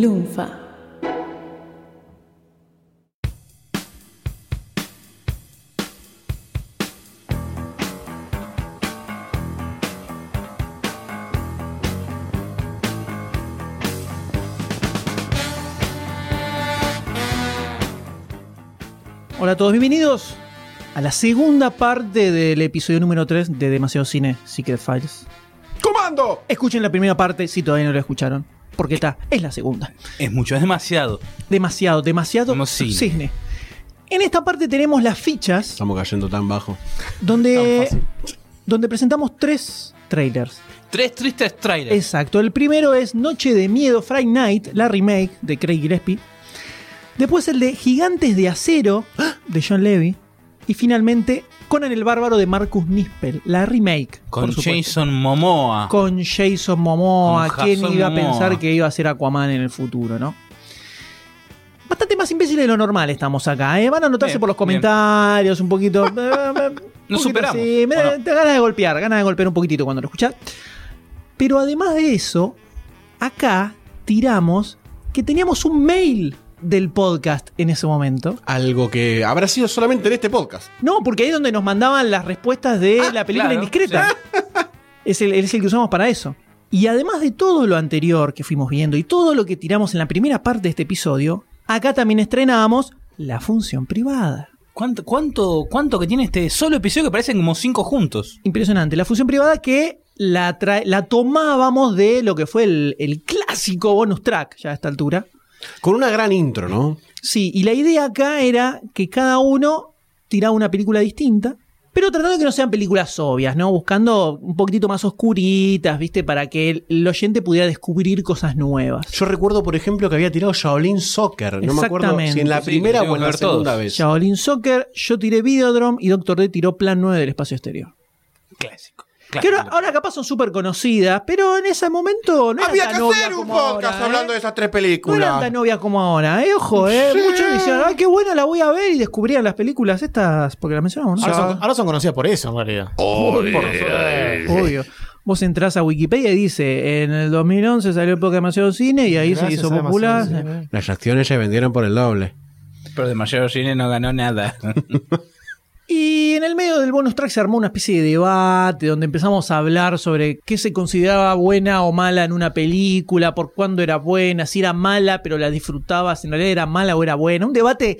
lunfa. Hola a todos, bienvenidos a la segunda parte del episodio número 3 de Demasiado Cine Secret Files. ¡Comando! Escuchen la primera parte si todavía no la escucharon, porque está, es la segunda. Es mucho, es demasiado. Demasiado, demasiado Como cine. cisne. En esta parte tenemos las fichas Estamos cayendo tan bajo. donde, donde presentamos tres trailers. Tres tristes trailers. Exacto, el primero es Noche de Miedo, Fright Night, la remake de Craig Gillespie. Después el de Gigantes de Acero de John Levy. Y finalmente Conan el Bárbaro de Marcus Nispel, la remake. con por supuesto. Jason Momoa. Con Jason Momoa. Con ¿Quién Jason iba a Momoa. pensar que iba a ser Aquaman en el futuro, no? Bastante más imbécil de lo normal estamos acá, ¿eh? Van a notarse Bien, por los bien. comentarios, un poquito. eh, eh, un poquito superamos, así, me- ¿o no? Te ganas de golpear, ganas de golpear un poquitito cuando lo escuchás. Pero además de eso, acá tiramos que teníamos un mail del podcast en ese momento. Algo que habrá sido solamente en este podcast. No, porque ahí es donde nos mandaban las respuestas de la película claro, indiscreta. Es, el, es el que usamos para eso. Y además de todo lo anterior que fuimos viendo y todo lo que tiramos en la primera parte de este episodio, acá también estrenamos la función privada. ¿Cuánto, cuánto, ¿Cuánto que tiene este solo episodio que parecen como cinco juntos? Impresionante. La función privada que la, tra- la tomábamos de lo que fue el, el clásico bonus track ya a esta altura. Con una gran intro, ¿no? Sí, y la idea acá era que cada uno tiraba una película distinta, pero tratando de que no sean películas obvias, ¿no? Buscando un poquitito más oscuritas, ¿viste? Para que el, el oyente pudiera descubrir cosas nuevas. Yo recuerdo, por ejemplo, que había tirado Shaolin Soccer. No me acuerdo Exactamente. si en la Sí, primera que o en la ver todos. segunda vez. Shaolin Soccer, yo tiré Videodrome y Doctor D tiró Plan 9 del espacio exterior. Clásico. Que ahora, clásico. ahora capaz son súper conocidas, pero en ese momento no eran Había tan que obvias hacer un como podcast ahora, ¿eh? hablando de esas tres No eran películas. tan obvias como ahora, ¿eh? Ojo, ¿eh? Sí. Muchos decían, ay, qué buena la voy a ver y descubrían las películas estas, porque las mencionamos, ¿no? Ahora son, ahora son conocidas por eso, en realidad. Obvio. Vos entrás a Wikipedia y dice, en el 2011 salió el podcast Demasiado Cine y ahí Gracias se hizo a Amazon, popular. sí. Las acciones se vendieron por el doble. Pero de Mayor Cine no ganó nada. Y en el medio del bonus track se armó una especie de debate donde empezamos a hablar sobre qué se consideraba buena o mala en una película, por cuándo era buena, si era mala pero la disfrutabas, si en realidad era mala o era buena. Un debate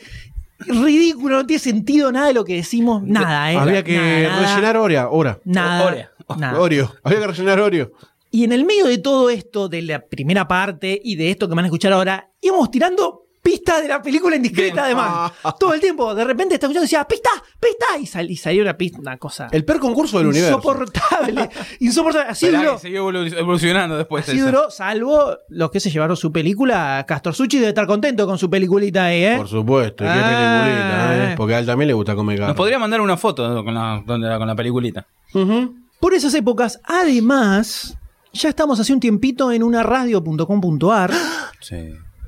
ridículo, no tiene sentido nada de lo que decimos, nada, ¿eh? había que Nada, nada, rellenar Oria. Ora. Nada, Orea. nada. Oreo. Había que rellenar Oreo. Y en el medio de todo esto, de la primera parte y de esto que van a escuchar ahora, íbamos tirando pistas de la película indiscreta, Bien. además. Ah. Todo el tiempo, de repente estaba escuchando y decía, pista, pista, y, sal- y salía una pista, una cosa El peor concurso del universo. insoportable, insoportable. Así Esperá duró, que siguió evolu- evolucionando después. así esa. duró, salvo los que se llevaron su película. Castor Suchi debe estar contento con su peliculita ahí, ¿eh? Por supuesto. y qué Ah. peliculita, ¿eh? Porque a él también le gusta comer Nos carne. podría mandar una foto ¿no? con la, donde la- con la peliculita. Ujú. Por esas épocas, además, ya estamos hace un tiempito en una radio.com.ar. Sí.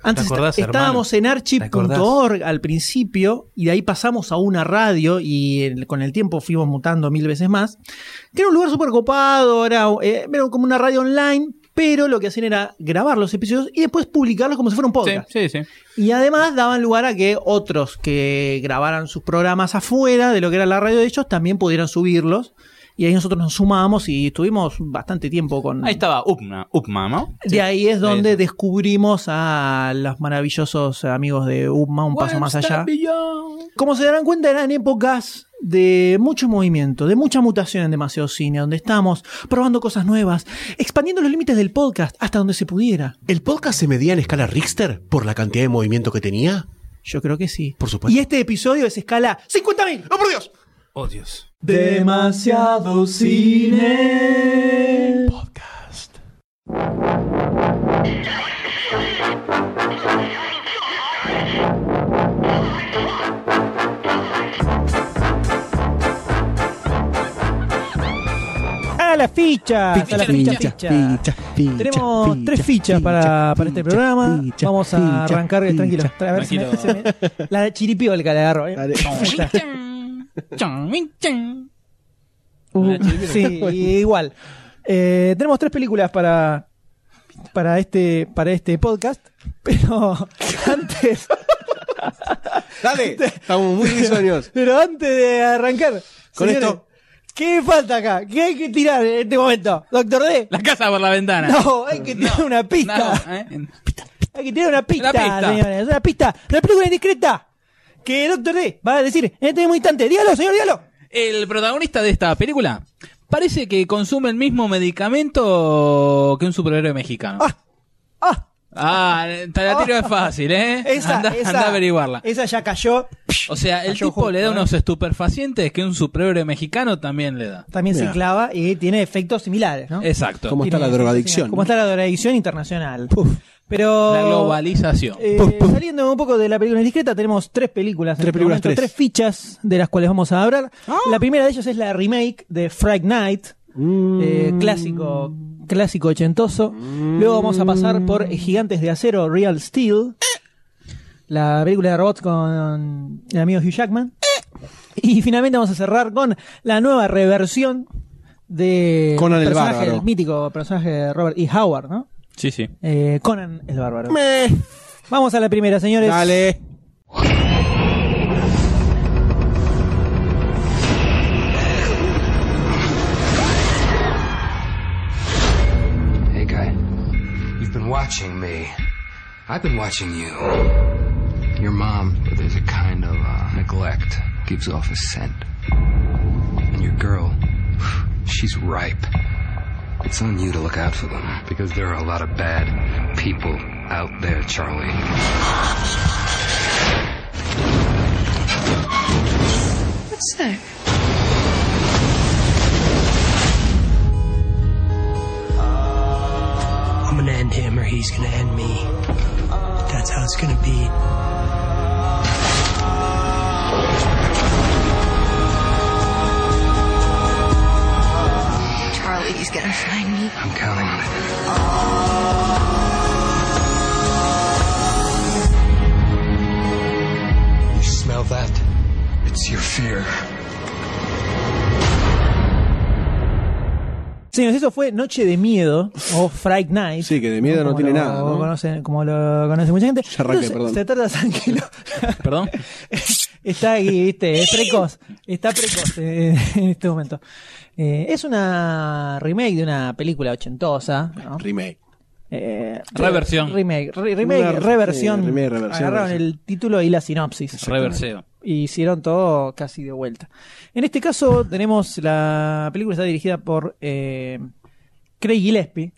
Antes ¿Te acordás, est- estábamos en ¿Te archip.org al principio y de ahí pasamos a una radio y el- con el tiempo fuimos mutando mil veces más, que era un lugar súper copado, era, eh, era como una radio online, pero lo que hacían era grabar los episodios y después publicarlos como si fuera un Sí, podcast. sí, sí. Y además daban lugar a que otros que grabaran sus programas afuera de lo que era la radio de ellos también pudieran subirlos. Y ahí nosotros nos sumamos y estuvimos bastante tiempo con... Ahí estaba Upma, Upma ¿no? De ahí es donde Ahí está. descubrimos a los maravillosos amigos de UPMA, un paso One más Step allá. Beyond. Como se darán cuenta, eran épocas de mucho movimiento, de mucha mutación en demasiado cine, donde estamos probando cosas nuevas, expandiendo los límites del podcast hasta donde se pudiera. ¿El podcast se medía en escala Richter por la cantidad de movimiento que tenía? Yo creo que sí. Por supuesto. Y este episodio es escala 50.000. ¡No, por Dios! Oh, Dios. Demasiado cine. A la ficha, a la ficha, ficha. Tenemos tres fichas para, para este programa. Vamos a arrancar tranquilos. A ver si me- Tranquilo. se me- la de chiripiola le agarro. ¿eh? Ahí está. Uh, sí, igual. Eh, tenemos tres películas para. para este, para este podcast, pero antes, Dale, Este- estamos muy risueños. pero antes de arrancar, Con esto. ¿qué falta acá? ¿Qué hay que tirar en este momento? Doctor D, La casa por la ventana. no, hay que tirar una pista. No, ¿eh? Hay que tirar una pista, Una pista. señores, una pista, una película indiscreta que el Doctor D va a decir en este mismo instante. Dígalo, señor, dígalo. El protagonista de esta película parece que consume el mismo medicamento que un superhéroe mexicano. Ah, ah. Ah, te la tiro es fácil, ¿eh? Esa, andá, esa- andá a averiguarla. Esa ya cayó. O sea, el Cayó tipo justo, le da ¿eh? unos estupefacientes que un superhéroe mexicano también le da. También Mira. se clava y tiene efectos similares, ¿no? Exacto. ¿Cómo está la drogadicción? Como está la drogadicción internacional. Pero. La globalización. eh, Saliendo un poco de la película indiscreta, tenemos tres películas. en Tres este películas, momento, tres. tres fichas de las cuales vamos a hablar. La primera de ellas es la remake de Fright Night, Mm. eh, clásico, clásico ochentoso. Luego vamos a pasar por Gigantes de Acero, Real Steel, la película de robots con el amigo Hugh Jackman. Y finalmente vamos a cerrar con la nueva reversión de Conan el personaje, Bárbaro. el mítico personaje de Robert E. Howard, ¿no? Sí, sí. Eh, Conan el Bárbaro. Vamos a la primera, señores. Dale. Hey, guy. You've been watching me. I've been watching you. Your mom, there's a kind of uh, neglect, gives off a scent. And your girl, she's ripe. It's on you to look out for them, because there are a lot of bad people out there, Charlie. What's that? I'm gonna end him or he's gonna end me. That's how it's gonna be. Charlie, he's gonna find me. I'm counting on it. You smell that? It's your fear. Señores, eso fue Noche de Miedo o Fright Night. Sí, que de miedo no Como tiene lo nada, ¿no? conocen- como lo conoce mucha gente. Ya arranqué, Entonces, perdón. Se trata de tranquilo. Perdón. Está aquí, viste, es precoz. Está precoz eh, en este momento. Eh, es una remake de una película ochentosa. ¿no? Remake. Eh, Reversión. Remake, re- remake, Una- reversión. sí, remake, reversión, Agarraron reversión. el título y la sinopsis. Reverseo. Y hicieron todo casi de vuelta. En este caso tenemos la película está dirigida por eh, Craig Gillespie,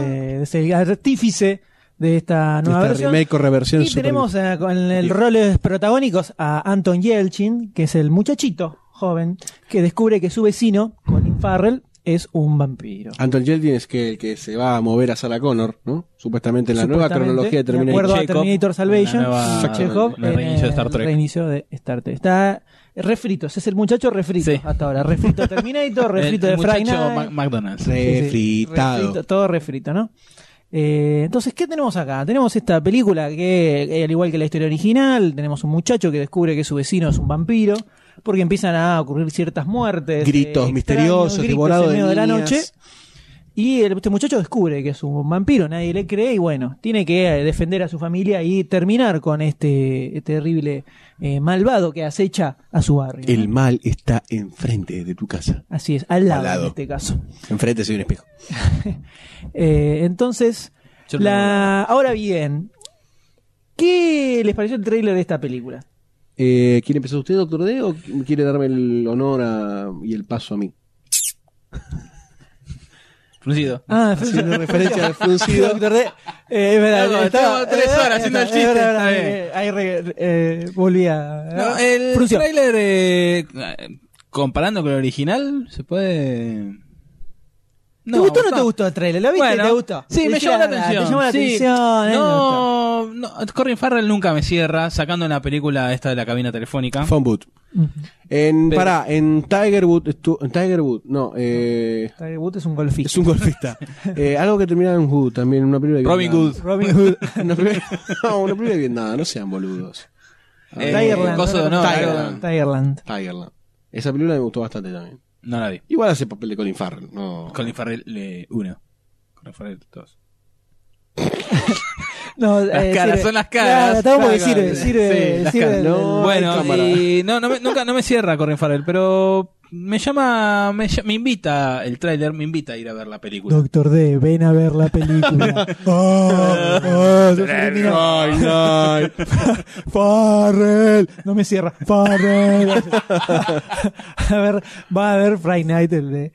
eh, es el artífice de esta nueva Esta versión. Este remake o reversión y super- tenemos eh, con el roles protagónicos a Anton Yelchin, que es el muchachito joven que descubre que su vecino, Colin Farrell, es un vampiro. Anton Yeldin es que el que se va a mover a Sarah Connor, ¿no? Supuestamente en la nueva Supuestamente, cronología de De Terminator. acuerdo a Chekhov, Terminator Salvation, la nueva- Exactamente. Chekhov, el reinicio de Star el Trek. reinicio de Star Trek. Está refrito, ese es el muchacho refrito Sí. hasta ahora. Refrito Terminator, refrito el, de el Friday muchacho Night. Mac- McDonald's. Sí, sí. Refritado. Refrito, todo refrito, ¿no? Eh, entonces, ¿qué tenemos acá? Tenemos esta película que, eh, al igual que la historia original, tenemos un muchacho que descubre que su vecino es un vampiro, porque empiezan a ocurrir ciertas muertes. eh, Gritos extraños, misteriosos, devorado en de medio de la niñas. noche. Y el- este muchacho descubre que es un vampiro, nadie le cree y bueno, tiene que eh, defender a su familia y terminar con este, este terrible eh, malvado que acecha a su barrio. El ¿no? mal está enfrente de tu casa. Así es, al lado, Al lado. en este caso. Enfrente soy un espejo. Eh, entonces, Yo la... ahora bien, ¿qué les pareció el tráiler de esta película? Eh, ¿Quiere empezar usted, doctor D, o quiere darme el honor a- y el paso a mí? Lucido. Ah, Haciendo referencia al fruncido. Doctor D. Eh, es verdad, Claro, estaba- estuvo tres eh, horas haciendo el eh, chiste, eh, está bien. eh, ahí re- eh, volví a. No, el Frunció. tráiler, eh, comparando con el original, se puede... ¿Te gustó o no te gustó el trailer? ¿Lo viste? Bueno, ¿Te gustó? Sí, me Decía, llamó la "Ah, te atención. llamó la sí. atención, eh, me gustó". No, no, Corin Farrell nunca me cierra, sacando la película esta de la cabina Ah. telefónica. Phone Boot. En, pará, en Tiger Wood. estu- en Tiger Wood, no. Eh, Tiger Woods es un golfista. es un golfista. Eh, algo que terminaba en Hood también, una película de Robin Vietnam. Hood. Robin Hood. Una película, no, una película de Vietnam, no sean boludos. Eh, Tigerland. coso de ¿no? honor. Tigerland. Tigerland. Tigerland. Esa película me gustó bastante también. No la vi. Igual hace papel de Colin Farrell, no. Colin Farrell, eh, uno. Colin Farrell, dos. No, eh, Las caras, son las caras. Claro, estamos por Claro, decir, sirve, sí, sirve, las sirve caras. del- No, hay bueno, cámara. y no, no me- nunca no me cierra Corin Farrell, pero me llama, me, ll- me invita, el tráiler me invita a ir a ver la película. Doctor D, ven a ver la película. oh, oh, sos un criminal. Ay, ay. Farrell. No me cierra. Farrell. a ver, va a ver Friday Night el de.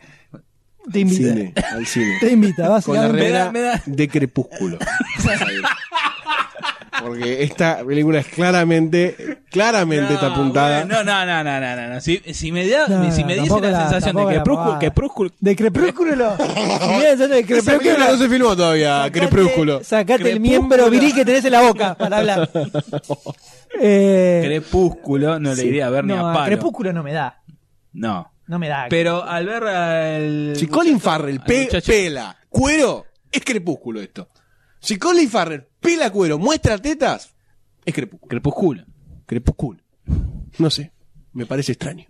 Te invita. Cine, al cine. Te invita, vas Con la Me remera da- me da- de Crepúsculo. Porque esta película es claramente, claramente está apuntada. No, Ah, no, no, no, no, no, no. Si, si me, da, No, si me no, diese tampoco la, la- sensación de tampoco que la Prúsculo, pavada. que Prúsculo, De crepúsculo. Mirá, yo de Esa película crepúsculo. no se filmó todavía, Ah, Crepúsculo. Sacate, sacate el miembro viril que tenés en la boca para hablar. Eh, Crepúsculo, no le iría a ver ni no, a a palo. crepúsculo no me da. No. No me da. Pero al ver al. Si Colin Farrell al pe- muchacho- pela cuero, es Crepúsculo esto. Si Colin Farrell pela cuero, muestra tetas, es Crepúsculo. Crepúsculo. Crepúsculo. No sé, me parece extraño.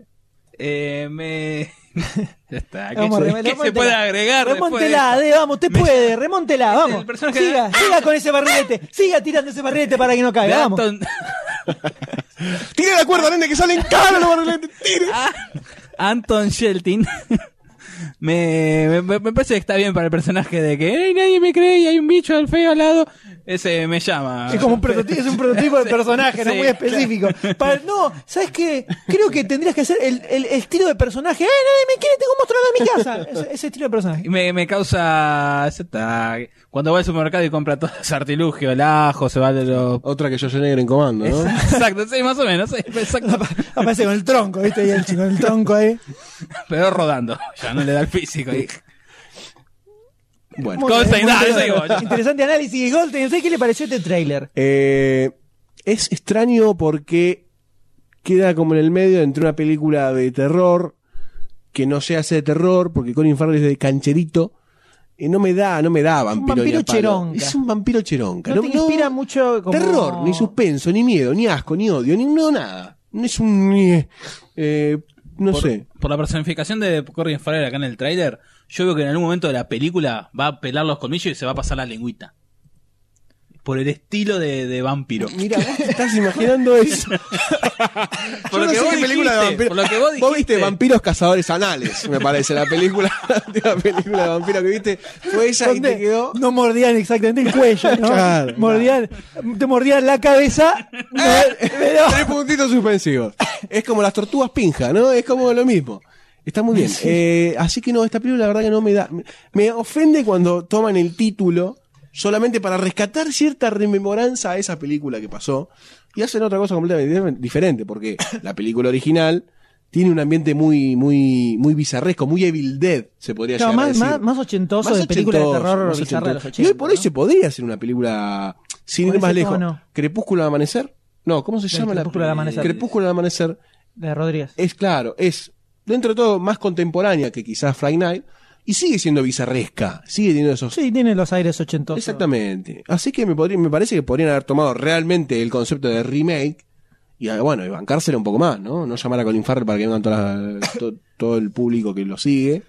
Eh, me. ya está. ¿Qué, Vamos, qué remé- se remontela. puede agregar? después de Remontela, esto? de, vamos, usted Me- puede, remontela, Este, vamos. el personaje siga, de- siga con ese barrilete, siga tirando ese barrilete para que no Me caiga, da vamos. ton- Tira la cuerda, nene, que salen caros los barriletes. Tire. Ah, Anton Shelton. me, me, me parece que está bien para el personaje de que "Ey, nadie me cree y hay un bicho al feo al lado. Ese me llama. Es como un prototipo, es un prototipo de personaje, no Sí, muy específico. Para- no, ¿sabes qué? Creo que tendrías que hacer el, el, el estilo de personaje. ¡Eh, nadie me quiere! Tengo un monstruo acá en mi casa. Ese, ese estilo de personaje. Y Me, me causa. ese tag. Cuando va al supermercado y compra todos los artilugios, el ajo, se va de los. Otra que yo negro en comando, ¿no? Exacto, sí, más o menos. sí, exacto. Aparece con el tronco, ¿viste? Y el chico con el tronco ahí. Pero rodando. Ya no le da el físico. y- Bueno. Muy bien, Goldstein, muy dale, interesante. seguimos. Interesante análisis. Goldstein, ¿sabes qué le pareció este trailer? Eh, es extraño porque queda como en el medio entre una película de terror que no se hace de terror porque Colin Farrell es de cancherito y no me da, no me da vampiro, vampiro ni a palo. cheronca. Es un vampiro cheronca. No, te inspira mucho como... terror, ni suspenso, ni miedo, ni asco, ni odio, ni no nada. No es un eh, eh, no por, sé. por la personificación de Corbin Farrell acá en el tráiler, yo veo que en algún momento de la película va a pelar los colmillos y se va a pasar la lengüita. Por el estilo de, de vampiro. Mira, vos te estás imaginando eso. Por Yo lo no que sé vos qué película de dijiste, vampiro- por lo que vos dijiste. viste Vampiros Cazadores Anales, me parece, la película, la película de vampiro que viste. Fue esa y ¿Dónde te quedó. No mordían exactamente el cuello, ¿no? Claro. mordían, te mordían la cabeza, no, Eh, pero- Tres puntitos suspensivos. Es como las tortugas pinja, ¿no? Es como lo mismo. Está muy bien. Eh, así que no, esta película la verdad que no me da. Me ofende cuando toman el título solamente para rescatar cierta rememoranza a esa película que pasó y hacen otra cosa completamente dif- diferente, porque la película original tiene un ambiente muy, muy, muy bizarresco, muy Evil Dead, se podría Claro, llamar. más, más, más ochentoso de película de terror bizarra de los 80. Y hoy por hoy ¿no? se podría hacer una película sin Con ir más ese lejos. tono. Crepúsculo al amanecer. No, ¿cómo se Del llama Crepúsculo la al amanecer. Crepúsculo al amanecer De Rodríguez. es claro, es dentro de todo más contemporánea que quizás Friday Night y sigue siendo bizarresca, sigue teniendo esos Sí, tiene los aires ochentosos. Exactamente. Así que me, podría- me parece que podrían haber tomado realmente el concepto de remake y ah, bueno, y bancárselo un poco más, ¿no? No llamar a Colin Farrell para que vengan todas las- to- todo el público que lo sigue.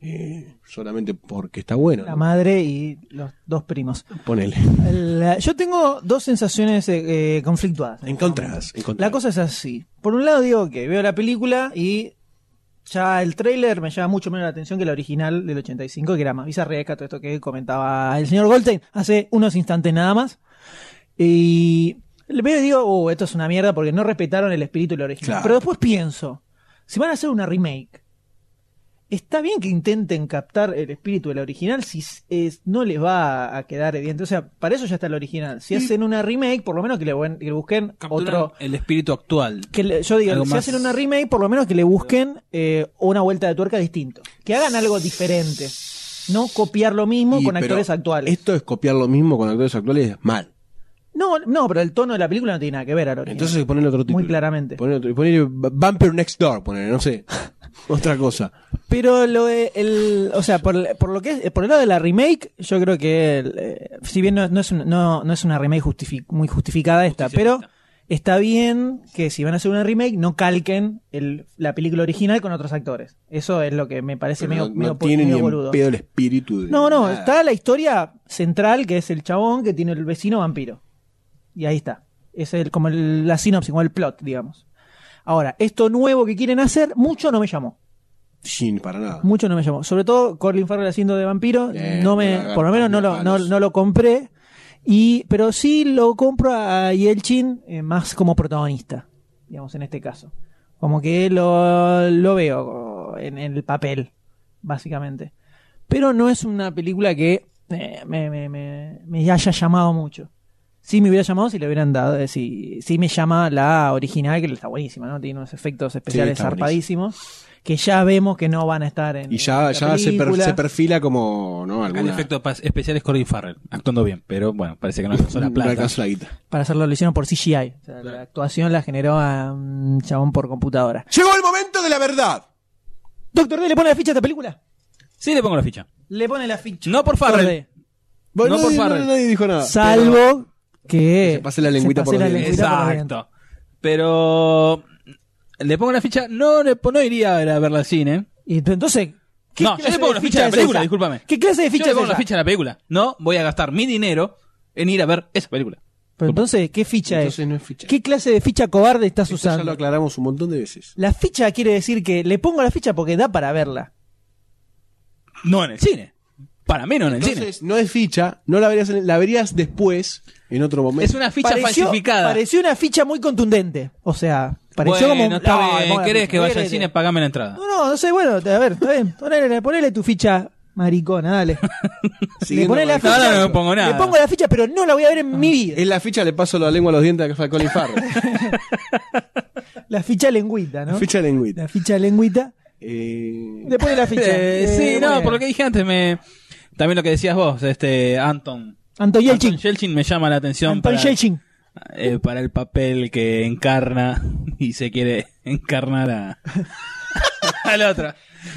eh, solamente porque está bueno. La ¿no? madre y los dos primos. Ponele. La- yo tengo dos sensaciones eh, eh, conflictuadas. Encontrás, encontrás. La cosa es así. Por un lado digo que veo la película y ya el tráiler me llama mucho menos la atención que la original del 85, que era más bizarreca, todo esto que comentaba el señor Goldstein hace unos instantes nada más. Y le veo y digo, uh, esto es una mierda porque no respetaron el espíritu del original. Claro. Pero después pienso, si van a hacer una remake, está bien que intenten captar el espíritu del original si s- es- no les va a quedar evidente. O sea, para eso ya está el original. Si hacen una remake, por lo menos que le, buen- que le busquen Capturan otro el espíritu actual. que le- yo digo, Algo si más- hacen una remake, por lo menos que le busquen eh, una vuelta de tuerca distinto. Que hagan algo diferente. No copiar lo mismo Y- con pero actores actuales. Esto es copiar lo mismo con actores actuales mal. No, no, pero el tono de la película no tiene nada que ver ahora. Entonces ponerle otro título. Muy claramente. Ponerle otro- ponerle B- Bumper Next Door, ponerle, no sé. Otra cosa. Pero lo de- el, o sea, por, el- por lo que es- por el lado de la remake, yo creo que el, eh, si bien no, no es un- no, no es una remake justifi- muy justificada esta, pero está bien que si van a hacer una remake no calquen el- la película original con otros actores. Eso es lo que me parece Pero medio, no, no medio po- tiene medio ni en boludo. pedo el espíritu de. No, no, nada. está la historia central que es el chabón que tiene el vecino vampiro. Y ahí está. Es el, como el- la sinopsis, como el plot, digamos. Ahora, esto nuevo que quieren hacer, mucho no me llamó. Sin para nada. Mucho no me llamó. Sobre todo Corlin Farrell haciendo de vampiro, Eh, no me me, la agarro por lo menos no ni a lo, no, palos. no lo compré. Y, pero sí lo compro a Yelchin eh, más como protagonista, digamos, en este caso. Como que lo, lo veo en, en el papel, básicamente. Pero no es una película que eh, me, me- me- me haya llamado mucho. Sí me hubiera llamado si le hubieran dado, eh, si, si me llama la original, que está buenísima, ¿no? Tiene unos efectos especiales está zarpadísimos, que ya vemos que no van a estar en Y ya, en esta ya se, per- película. se perfila como. ¿no? Al Alguna, efecto pas- especial es Corey Farrell, actuando bien, pero bueno, parece que no alcanzó la no plata. alcanzó la guita. Para hacerlo lo hicieron por CGI. O sea, La actuación la generó a un chabón por computadora. Llegó el momento de la verdad. Doctor D le pone la ficha a esta película. Sí, le pongo la ficha. Le pone la ficha. No por Farrell. Doctor D. Bueno, No, nadie, por no, favor. nadie dijo nada. Salvo que. Ah, se pase la lengüita se por pase los la dientes. lengüita por los dientes. Exacto. Pero le pongo la ficha, no le pon- no iría a ver- a verla al cine. Y tú, entonces. No, yo clase le pongo de la ficha a la es película, esa? discúlpame. ¿Qué clase de Yo ficha le es pongo la esa? ficha a la película. No voy a gastar mi dinero en ir a ver esa película. Pero entonces, ¿qué ficha Entonces es? no es ficha. ¿Qué clase de ficha cobarde estás Esto ya usando? lo aclaramos un montón de veces. La ficha quiere decir que le pongo la ficha porque da para verla. No en el cine. Para mí no en el Entonces, no es ficha, no la verías, en- la verías después, en otro cine. momento. Es una ficha falsificada. Pareció una ficha muy contundente. O sea, pareció Bueno, como. está Ah, bien. le pongo la ¿Querés ficha, que vaya al ponele. cine? Pagame la entrada. No, no, no sé, bueno, a ver, está bien. Ponele, ponele tu ficha maricona, dale. Le Siguiendo ponés la con ficha. No, no, no pongo nada. Ah. Le pongo la ficha, pero no la voy a ver en mi vida. En la ficha le paso la lengua a los dientes a Colin Farrell. La ficha lengüita, ¿no? Ficha lengüita. La ficha lengüita. Eh, Le pones la ficha. Eh, Eh, sí, no, bueno. por lo que dije antes, me también lo que decías vos, este Anton. Anton Anton Yelchin. Yelchin me llama la atención Anton para, Yelchin. eh, para el papel que encarna y se quiere encarnar a al otro.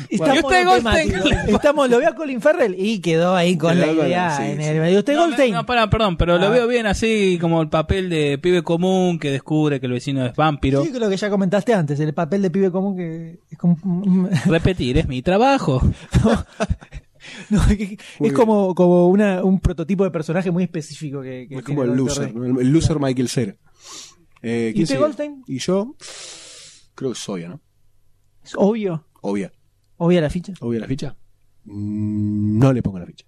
Estamos, y usted, en Goldstein, temático. le pone- Estamos, lo veo a Colin Farrell y quedó ahí con Quedó la con- idea. sí, en sí. el, y usted, No, Goldstein. no, pará, perdón, pero Ah. lo veo bien así como el papel de pibe común que descubre que el vecino es vampiro. Sí, lo que ya comentaste antes, el papel de pibe común que es como. un- Repetir, es mi trabajo. No, es que- es bien. como, como una, un prototipo de personaje muy específico que, que tiene es como el Dr. loser, D. ¿no? el, el loser Michael Cera. Eh, ¿Y ¿quién usted, sigue? Goldstein? Y yo, creo que es obvia, ¿no? Es obvio, Obvia. obvia la ficha. ¿Obvia la ficha? Mm, No le pongo la ficha.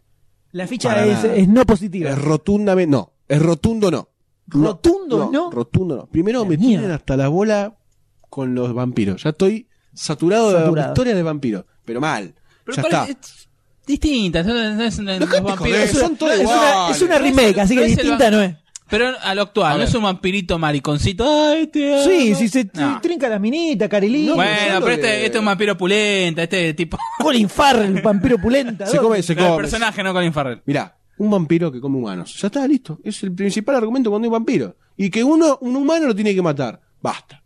La ficha Para es, nada. es no positiva. Es rotundamente, no. Es rotundo, no. No, Rotundo, ¿no? Rotundo, no. Primero me mierda. tienen hasta la bola con los vampiros. Ya estoy saturado, de Saturado. historias de vampiros. Pero mal. Pero ya cuál está. es- es distinta, no es- no es- No, los que te vampiros. jodés. son todos es, una, iguales. es una No es remake, el- así que no es el distinta ban- no es. Pero a lo actual, A no ver. es un vampirito mariconcito. Ay, te amo. Sí, si se No. trincan trinca las minitas, Carilina. Bueno, pensando pero este, que- este es un vampiro pulenta, este tipo. Colin Farrell, vampiro pulenta. Se come, se Pero come. el personaje, no Colin Farrell. Mirá, un vampiro que come humanos. Ya está, listo. Es el principal argumento cuando hay vampiro. Y que uno, un humano lo tiene que matar. Basta.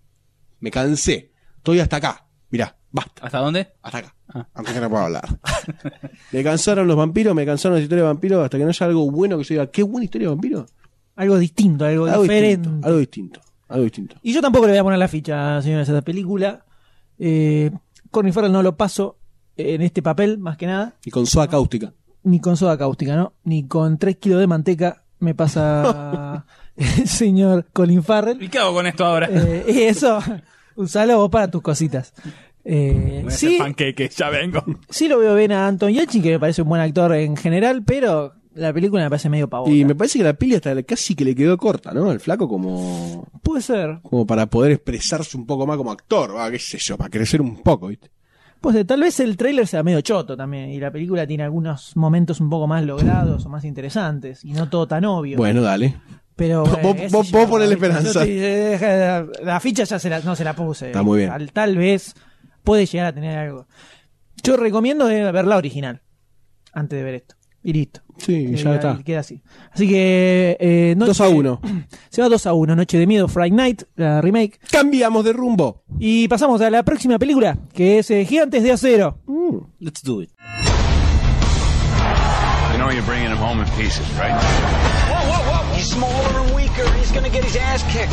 Me cansé. Estoy hasta acá. Mirá, basta. ¿Hasta dónde? Hasta acá. Ah. Aunque no puedo hablar. me cansaron los vampiros, me cansaron las historias de vampiros hasta que no haya algo bueno que yo diga, qué buena historia de vampiros. Algo distinto, algo, Algo diferente. distinto, algo distinto. Algo distinto. Y yo tampoco le voy a poner la ficha, señores, a esta película. Eh, Colin Farrell no lo paso en este papel, más que nada. Y con soda cáustica. Ni con soda cáustica, ¿no? Ni con 3 kilos de manteca me pasa el señor Colin Farrell. ¿Y qué hago con esto ahora? Eh, y eso, usalo vos para tus cositas. Eh, Voy a hacer sí, panqueque, ya vengo. sí lo veo bien a Anton Yelchin, que me parece un buen actor en general, pero la película me parece medio pavota. Y me parece que la peli hasta casi que le quedó corta, ¿no? El flaco como, Puede ser, como para poder expresarse un poco más como actor, va, qué sé yo, para crecer un poco, ¿viste? puede ser. Tal vez el tráiler sea medio choto también, y la película tiene algunos momentos un poco más logrados o más interesantes, y no todo tan obvio. Bueno, dale. pero vos- bueno, qué vos- sé vos yo, ponele ¿viste? Yo esperanza. sí, eh, deja- la ficha ya se la, no se la puse. Está muy bien. Tal, tal vez puede llegar a tener algo. Yo recomiendo eh, ver la original antes de ver esto. Y listo. Sí, ya Queda- está. Queda así. Así que. eh, noche- 2 a 1. Se va 2 a 1. Noche de Miedo, Friday Night, la remake. Cambiamos de rumbo. Y pasamos a la próxima película, que es eh, Gigantes de Acero. Let's do it. You know you're bringing him home in pieces, right? He's smaller and weaker. He's gonna get his ass kicked.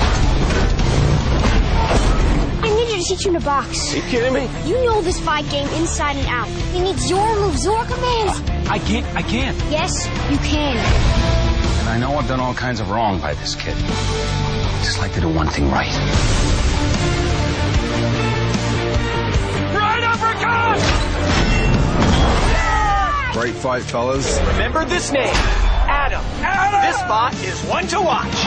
I need you to teach you in a box. Are you kidding me? You know this fight game inside and out. You need your moves, your commands. I can't. I can't. Yes, you can. And I know I've done all kinds of wrong by this kid. I'd just like to do one thing right. Right uppercut! Great fight, fellas. Remember this name, Adam. Adam. This spot is one to watch.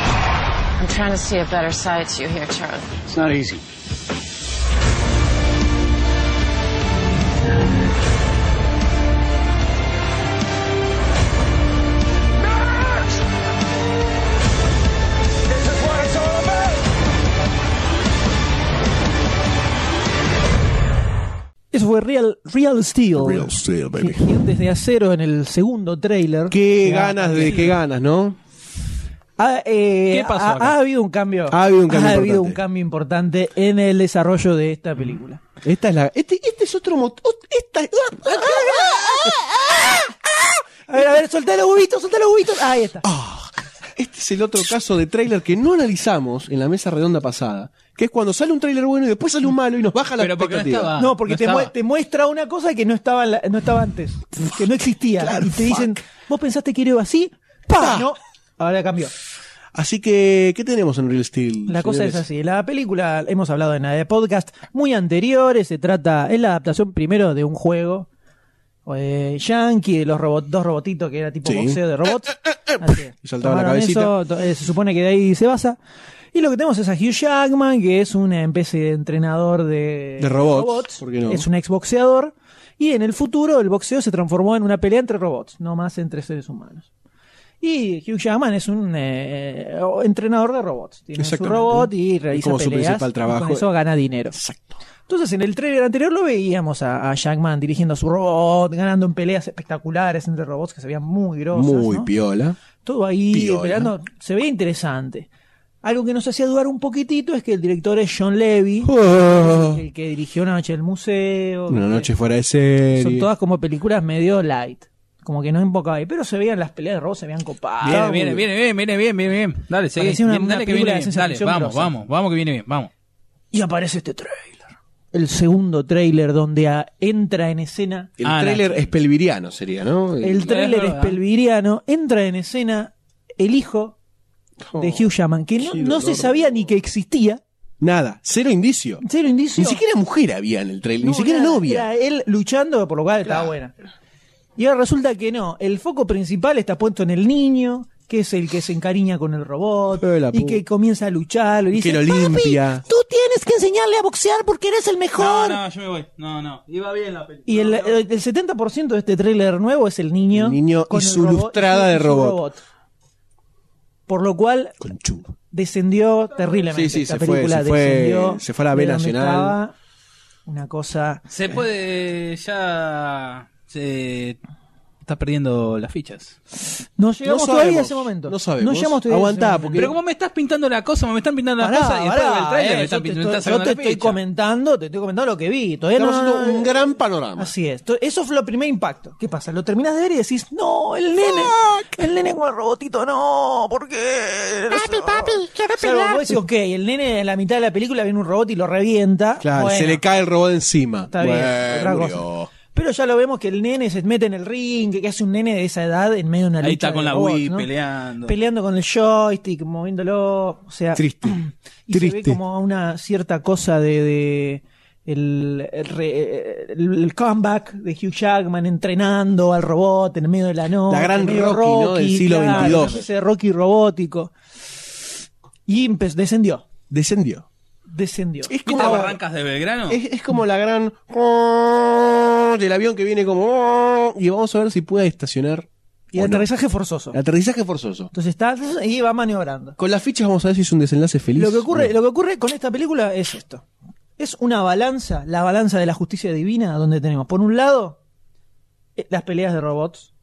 I'm trying to see a better side to you here, Charlie. It's not easy. This is what it's all about. Eso fue Real, Real Steel. Real Steel, baby. Gigantes de acero en el segundo trailer. Qué ganas de, qué ganas, ¿no? Ha, eh, ¿Qué pasó ha- acá? ha habido un cambio. Ha habido un cambio Ha habido importante. un cambio importante en el desarrollo de esta película. Esta es la. Este, este es otro motor. Esta. A ver, a ver, soltá los huevitos, soltá los huevitos. Ahí está. Ah, Este es el otro caso de tráiler que no analizamos en la mesa redonda pasada, que es cuando sale un tráiler bueno y después sale un malo y nos baja la Pero porque no expectativa. estaba- no, porque Ah, no te, mu- estaba. te muestra una cosa que no estaba, en la- no estaba antes, que no existía. y te dicen, ¿vos pensaste que era así? ¡Pah! Pa. No, ahora cambió. Así que, ¿qué tenemos en Real Steel? La cosa es señores? así. La película, hemos hablado en el podcast muy anteriores, se trata, es la adaptación primero de un juego eh, yankee, de los robot, dos robotitos que era tipo Sí. Eh, boxeo de robots. Así es. Y saltaba la Tomaron cabecita. eso, to- eh, se supone que de ahí se basa. Y lo que tenemos es a Hugh Jackman, que es una especie de entrenador de, De robots, ¿por qué no? Es un exboxeador. Y en el futuro el boxeo se transformó en una pelea entre robots, no más entre seres humanos. Y Hugh Jackman es un eh, entrenador de robots. Tiene su Exactamente. robot y realiza como su peleas. principal y trabajo. con eso gana dinero. Exacto. Entonces, en el trailer anterior lo veíamos a, a Jackman dirigiendo a su robot, ganando en peleas espectaculares entre robots que se veían muy grosas. Muy ¿no? piola. Todo ahí piola. peleando. Se veía interesante. Algo que nos hacía dudar un poquitito es que el director es John Levy, Oh, el que dirigió Una noche del museo. una ¿viste? noche fuera de serie. Son todas como películas medio light. Como que no enfocaba ahí. Pero se veían las peleas de robots, se veían copadas. Viene, viene, viene, viene, viene, bien, viene, bien. Dale, seguí. Parecía una- Bien, una dale que película de viene bien. ciencia Dale, ficción vamos, grosa. vamos, vamos que viene bien, vamos. Y aparece este trailer. El segundo trailer donde ah, entra en escena. El Ah, tráiler es pelviriano, sería, ¿no? El trailer es verdad. pelviriano. Entra en escena el hijo Oh, de Hugh Jackman, que no, qué no se dolor. sabía ni que existía. Nada, cero indicio. Cero indicio. Ni siquiera mujer había en el trailer, ni No, siquiera era- novia. Era él luchando, por lo cual estaba buena. Y ahora resulta que no. El foco principal está puesto en el niño, que es el que se encariña con el robot Eh, la y pu- que comienza a luchar. Y Y dice, que lo "Papi, limpia". tú tienes que enseñarle a boxear porque eres el mejor. No, no, yo me voy. No, no. Iba bien la película. Y el, el 70% de este tráiler nuevo es el niño. Ah, El niño y su robot- lustrada de y su robot. Por lo cual Con chulo. descendió terriblemente. Sí, sí, Esta se fue, película se fue- descendió se fue a la B de donde Nacional. estaba. Una cosa. Se puede. Ya. Se. Estás perdiendo las fichas. No llegamos No todavía a sabemos, ese momento. no sabemos. No llegamos todavía Aguantá, a ese momento. porque- Pero como me estás pintando la cosa, me están pintando la Pará, cosa y después pará, del trailer eh, me yo están te pintando estoy, yo te estoy comentando, te estoy comentando lo que vi. Todavía Estamos no- haciendo un gran panorama. Así es. To- Eso fue lo primer impacto. ¿Qué pasa? Lo terminas de ver y decís, no, el nene. El nene con el robotito, no, ¿por qué? Papi, papi, quiero pegar. Vos decís, ok, el nene en la mitad de la película viene un robot y lo revienta. Claro, Bueno, se le cae el robot encima. Está bien, Bueno, otra cosa. murió. Pero ya lo vemos que el nene se mete en el ring, que hace un nene de esa edad en medio de una lucha Ahí está de con la robots, Wii ¿no? peleando. Peleando con el joystick, moviéndolo. O sea, Triste. y se ve Triste. como una cierta cosa de, de el, el re- el- el comeback de Hugh Jackman entrenando al robot en el medio de la noche. La gran en medio Rocky, ¿no? del siglo claro, XXII. una especie de Rocky robótico. Y empe- descendió, Descendió. descendió. Es ¿Viste como, Barrancas de Belgrano? es, es como la gran del avión que viene como y vamos a ver si puede estacionar Y o no. aterrizaje forzoso. aterrizaje forzoso. Entonces está y va maniobrando. Con las fichas vamos a ver si es un desenlace feliz. Lo que ocurre, No. lo que ocurre con esta película es esto. Es una balanza, la balanza de la justicia divina, donde tenemos, por un lado, eh, las peleas de robots,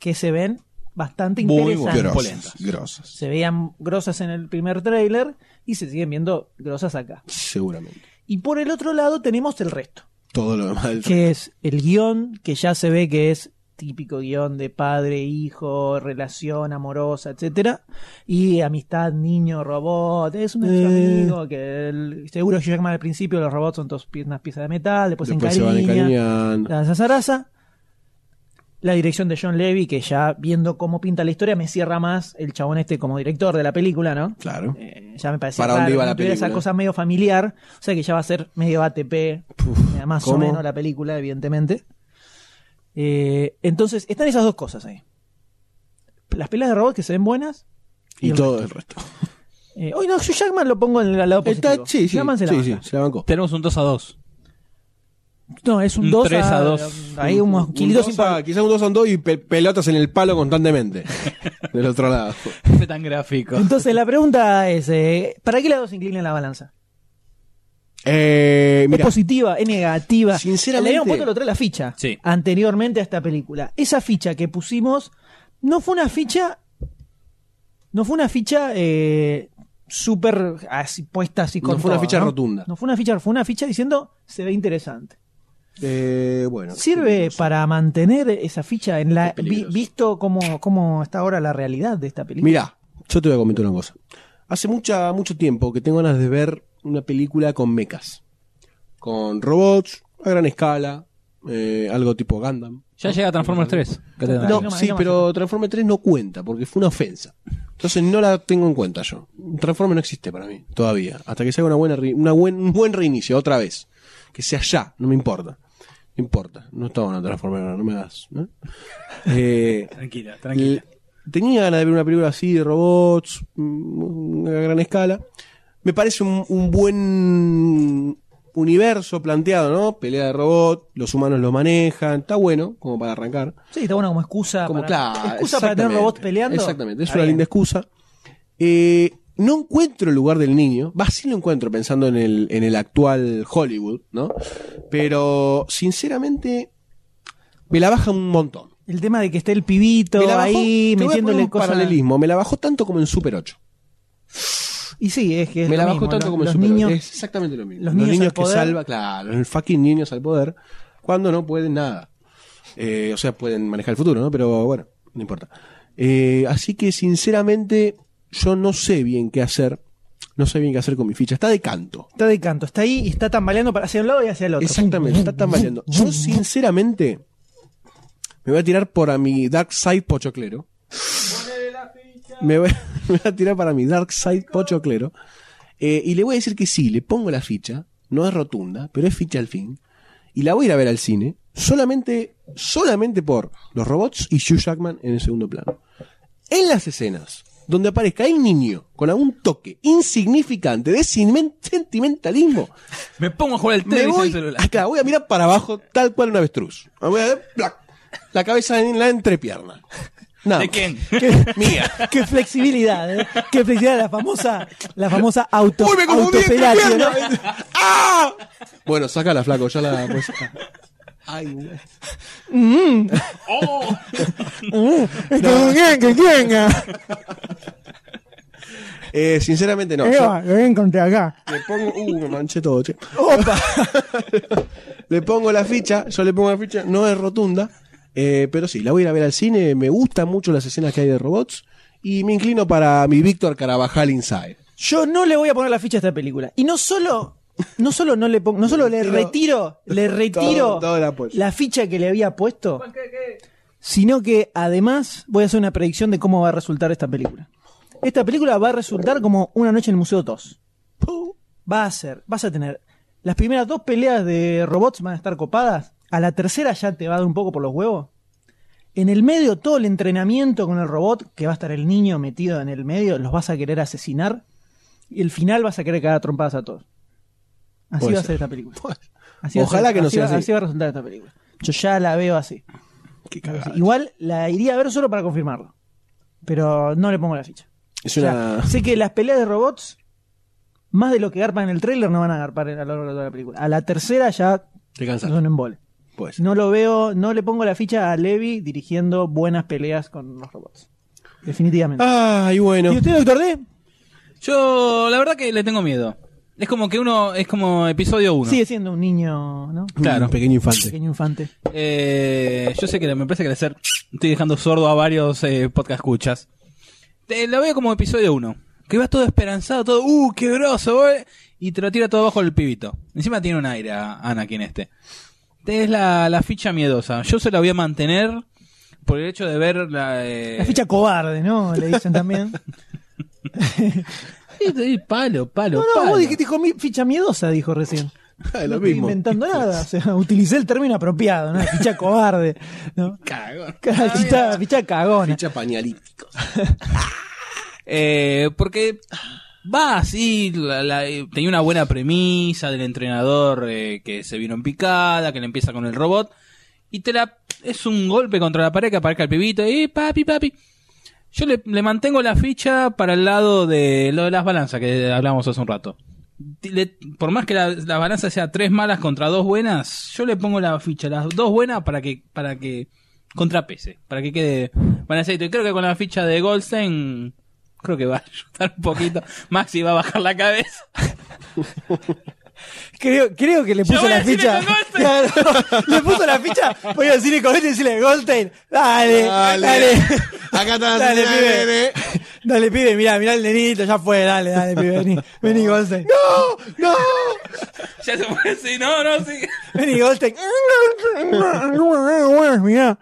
que se ven bastante muy interesantes. grosas, grosas, Se veían grosas en el primer tráiler y se siguen viendo grosas acá. seguramente. Y por el otro lado tenemos el resto, Todo lo demás. del- que es el guión, que ya se ve que es típico guión de padre, hijo, relación amorosa, etcétera, y amistad, niño, robot, es un hecho Eh. amigo que el- seguro Jackman al principio los robots son dos pi- unas piezas de metal, después, Después se se van encariñan, encariñando. la zazaraza. La dirección de John Levy, que ya viendo cómo pinta la historia, me cierra más el chabón este como director de la película, ¿no? Claro. ya me parecía ¿Para raro, dónde iba la que tuviera esa película? cosa medio familiar, o sea que ya va a ser medio ATP, eh, más o ¿cómo? menos la película, evidentemente. Eh, entonces, están esas dos cosas ahí. Las pelas de robots que se ven buenas. Y todo el resto. Eh, hoy no, yo Jackman lo pongo en el lado positivo. Está, sí, sí, Jackman se la sí, banca. sí, se la bancó. Tenemos un 2 a 2. No, es un Un 2 3 a 2. Hay unos kilitos dos a- Quizás un 2 son 2 y pe- pelotas en el palo constantemente. del otro lado. Fue tan gráfico. Entonces la pregunta es, eh, ¿para qué lado se inclina la balanza? Eh, ¿Es mira, positiva? ¿Es negativa? Le Sinceramente- habíamos puesto el otro día la ficha Sí. anteriormente a esta película. Esa ficha que pusimos no fue una ficha. No fue una ficha eh, súper así, puesta así con no fue una todo, ficha ¿no? rotunda. No fue una ficha, fue una ficha diciendo se ve interesante. Eh, bueno. ¿Sirve para mantener esa ficha en la Qué peligroso. vi- visto cómo, cómo está ahora la realidad de esta película? Mira, yo te voy a comentar una cosa. Hace mucha, mucho tiempo que tengo ganas de ver una película con mechas. Con robots a gran escala. eh, algo tipo Gundam. Ya llega Transformers 3. No, sí, pero Transformers 3 no cuenta porque fue una ofensa. Entonces no la tengo en cuenta yo. Transformers no existe para mí todavía. Hasta que se haga una buena, re- una buen, un buen reinicio otra vez. Que sea ya, no me importa. No importa, no estaba una Transformers, no me das. ¿no? Eh, Tranquila, l- tenía ganas de ver una película así de robots mm, a gran escala. Me parece un, un buen universo planteado, ¿no? Pelea de robot, los humanos lo manejan, está bueno como para arrancar Sí, está bueno como excusa. como para, claro, Ah, excusa para tener exactamente, robots peleando. Exactamente, es Está una bien. linda excusa. Eh, no encuentro el lugar del niño, va, sí lo encuentro pensando en el, en el actual Hollywood, ¿no? Pero sinceramente me la baja un montón. El tema de que esté el pibito Me la bajó- ahí te voy a poner metiéndole un cosas. paralelismo, me la bajó tanto como en Super 8. Y sí, es que es me lo la bajó mismo, tanto lo- como en los Super 8. niños, Es exactamente lo mismo. los Los, niños niños, al que poder. salva, claro, los fucking niños al poder, cuando no pueden nada. Eh, o sea, pueden manejar el futuro, ¿no? Pero bueno, no importa. Eh, así que sinceramente, yo no sé bien qué hacer. No sé bien qué hacer con mi ficha. Está de canto. Está de canto, está ahí y está tambaleando para hacia un lado y hacia el otro. Exactamente, está tambaleando. Yo sinceramente me voy a tirar por a mi Dark Side Pochoclero. Me voy, me voy a tirar para mi Dark Side Pochoclero. Eh, y le voy a decir que sí, le pongo la ficha. No es rotunda, pero es ficha al fin. Y la voy a ir a ver al cine. Solamente, solamente por los robots y Hugh Jackman en el segundo plano. En las escenas donde aparezca el niño con algún toque insignificante de simen- sentimentalismo, Me pongo a jugar al me tenis en voy, el celular. acá, voy a mirar para abajo tal cual un avestruz. Ah, Voy a ver, plac, la cabeza en la entrepierna. Nada. ¿De quién? ¿Qué? Mía. Qué flexibilidad, ¿eh? Qué flexibilidad, la famosa, la famosa auto, ¡Uy, me confundí! autofelatio, ¿no? entrepierna! ¡Ah! Bueno, sácala, flaco, ya la... Pues, Ay, güey. Este, Todo bien, que tenga. eh, sinceramente no. yo- Eva, lo voy a encontrar acá. Le pongo. Uh, me manché todo, che. ¡Opa! le pongo la ficha, yo le pongo la ficha, no es rotunda, eh, pero sí, la voy a ir a ver al cine. Me gustan mucho las escenas que hay de robots y me inclino para mi Víctor Carabajal Inside. Yo no le voy a poner la ficha a esta película. Y no solo, no solo no le pongo, no solo le retiro, le retiro Todo- todo el apoyo. la ficha que le había puesto, sino que además voy a hacer una predicción de cómo va a resultar esta película. Esta película va a resultar como Una noche en el Museo 2. Va a ser, vas a tener las primeras dos peleas de robots van a estar copadas, a la tercera ya te va a dar un poco por los huevos. En el medio todo el entrenamiento con el robot, que va a estar el niño metido en el medio, los vas a querer asesinar. Y el final vas a querer cagar a trompadas a todos. Así Puede va a ser ser. esta película. Así va a Ojalá ser- que no sea va- así. Así va a resultar esta película. Yo ya la veo así. Qué cagada. Igual la iría a ver solo para confirmarlo. Pero no le pongo la ficha. Es O sea, una. sé que las peleas de robots, más de lo que garpan en el tráiler, no van a garpar a lo largo de toda la película. A la tercera ya Te Pues. cansas. son en embole. Puede ser. No lo veo, no le pongo la ficha a Levi dirigiendo buenas peleas con los robots. Ah, Definitivamente. Ay, bueno. ¿Y usted, doctor D? Yo, la verdad que le tengo miedo. Es como que uno, es como episodio 1. Sigue siendo un niño, ¿no? Claro. Un pequeño infante. Pequeño infante. Eh, yo sé que me parece que al hacer estoy dejando sordo a varios eh, podcast escuchas. Te, lo veo como episodio 1. Que vas todo esperanzado, todo, uh, qué groso, boy", y te lo tira todo abajo el pibito. Encima tiene un aire a Anakin este. Este es la, la ficha miedosa. Yo se la voy a mantener por el hecho de ver la... eh, La ficha cobarde, ¿no? Le dicen también. y- y palo, palo, No, no, palo. vos dijiste, dijo mi- ficha miedosa, dijo recién. Ah, lo no estoy mismo. inventando nada. O sea, utilicé el término apropiado, ¿no? Ficha cobarde. ¿no? Cara, ficha, ficha cagona. Ficha pañalítico. Eh, porque va así, la- la- eh, tenía una buena premisa del entrenador eh, que se vino en picada, que le empieza con el robot, y te la es un golpe contra la pared que aparezca el pibito, eh, papi, papi. Yo le, le mantengo la ficha para el lado de lo de las balanzas que hablábamos hace un rato. Ti- le- por más que la, la balanza sea tres malas contra dos buenas, yo le pongo la ficha, las dos buenas para que, para que contrapese, para que quede balanceadito. Y creo que con la ficha de Goldstein Creo que va a ayudar un poquito. Maxi va a bajar la cabeza. Creo, creo que le Ya puso voy la al cine ficha. con Goldstein. Claro, le puso la ficha. Voy a decirle con este y decirle, Goldstein, dale, dale. Dale. Dale, Acá está. Dale, pibe. E. dale pibe, mirá, mirá el nenito, ya fue, dale, dale, pibe, vení. Vení, Goldstein. ¡No! Ya se fue sí, no, no, sí. Vení, Goldstein. Mirá.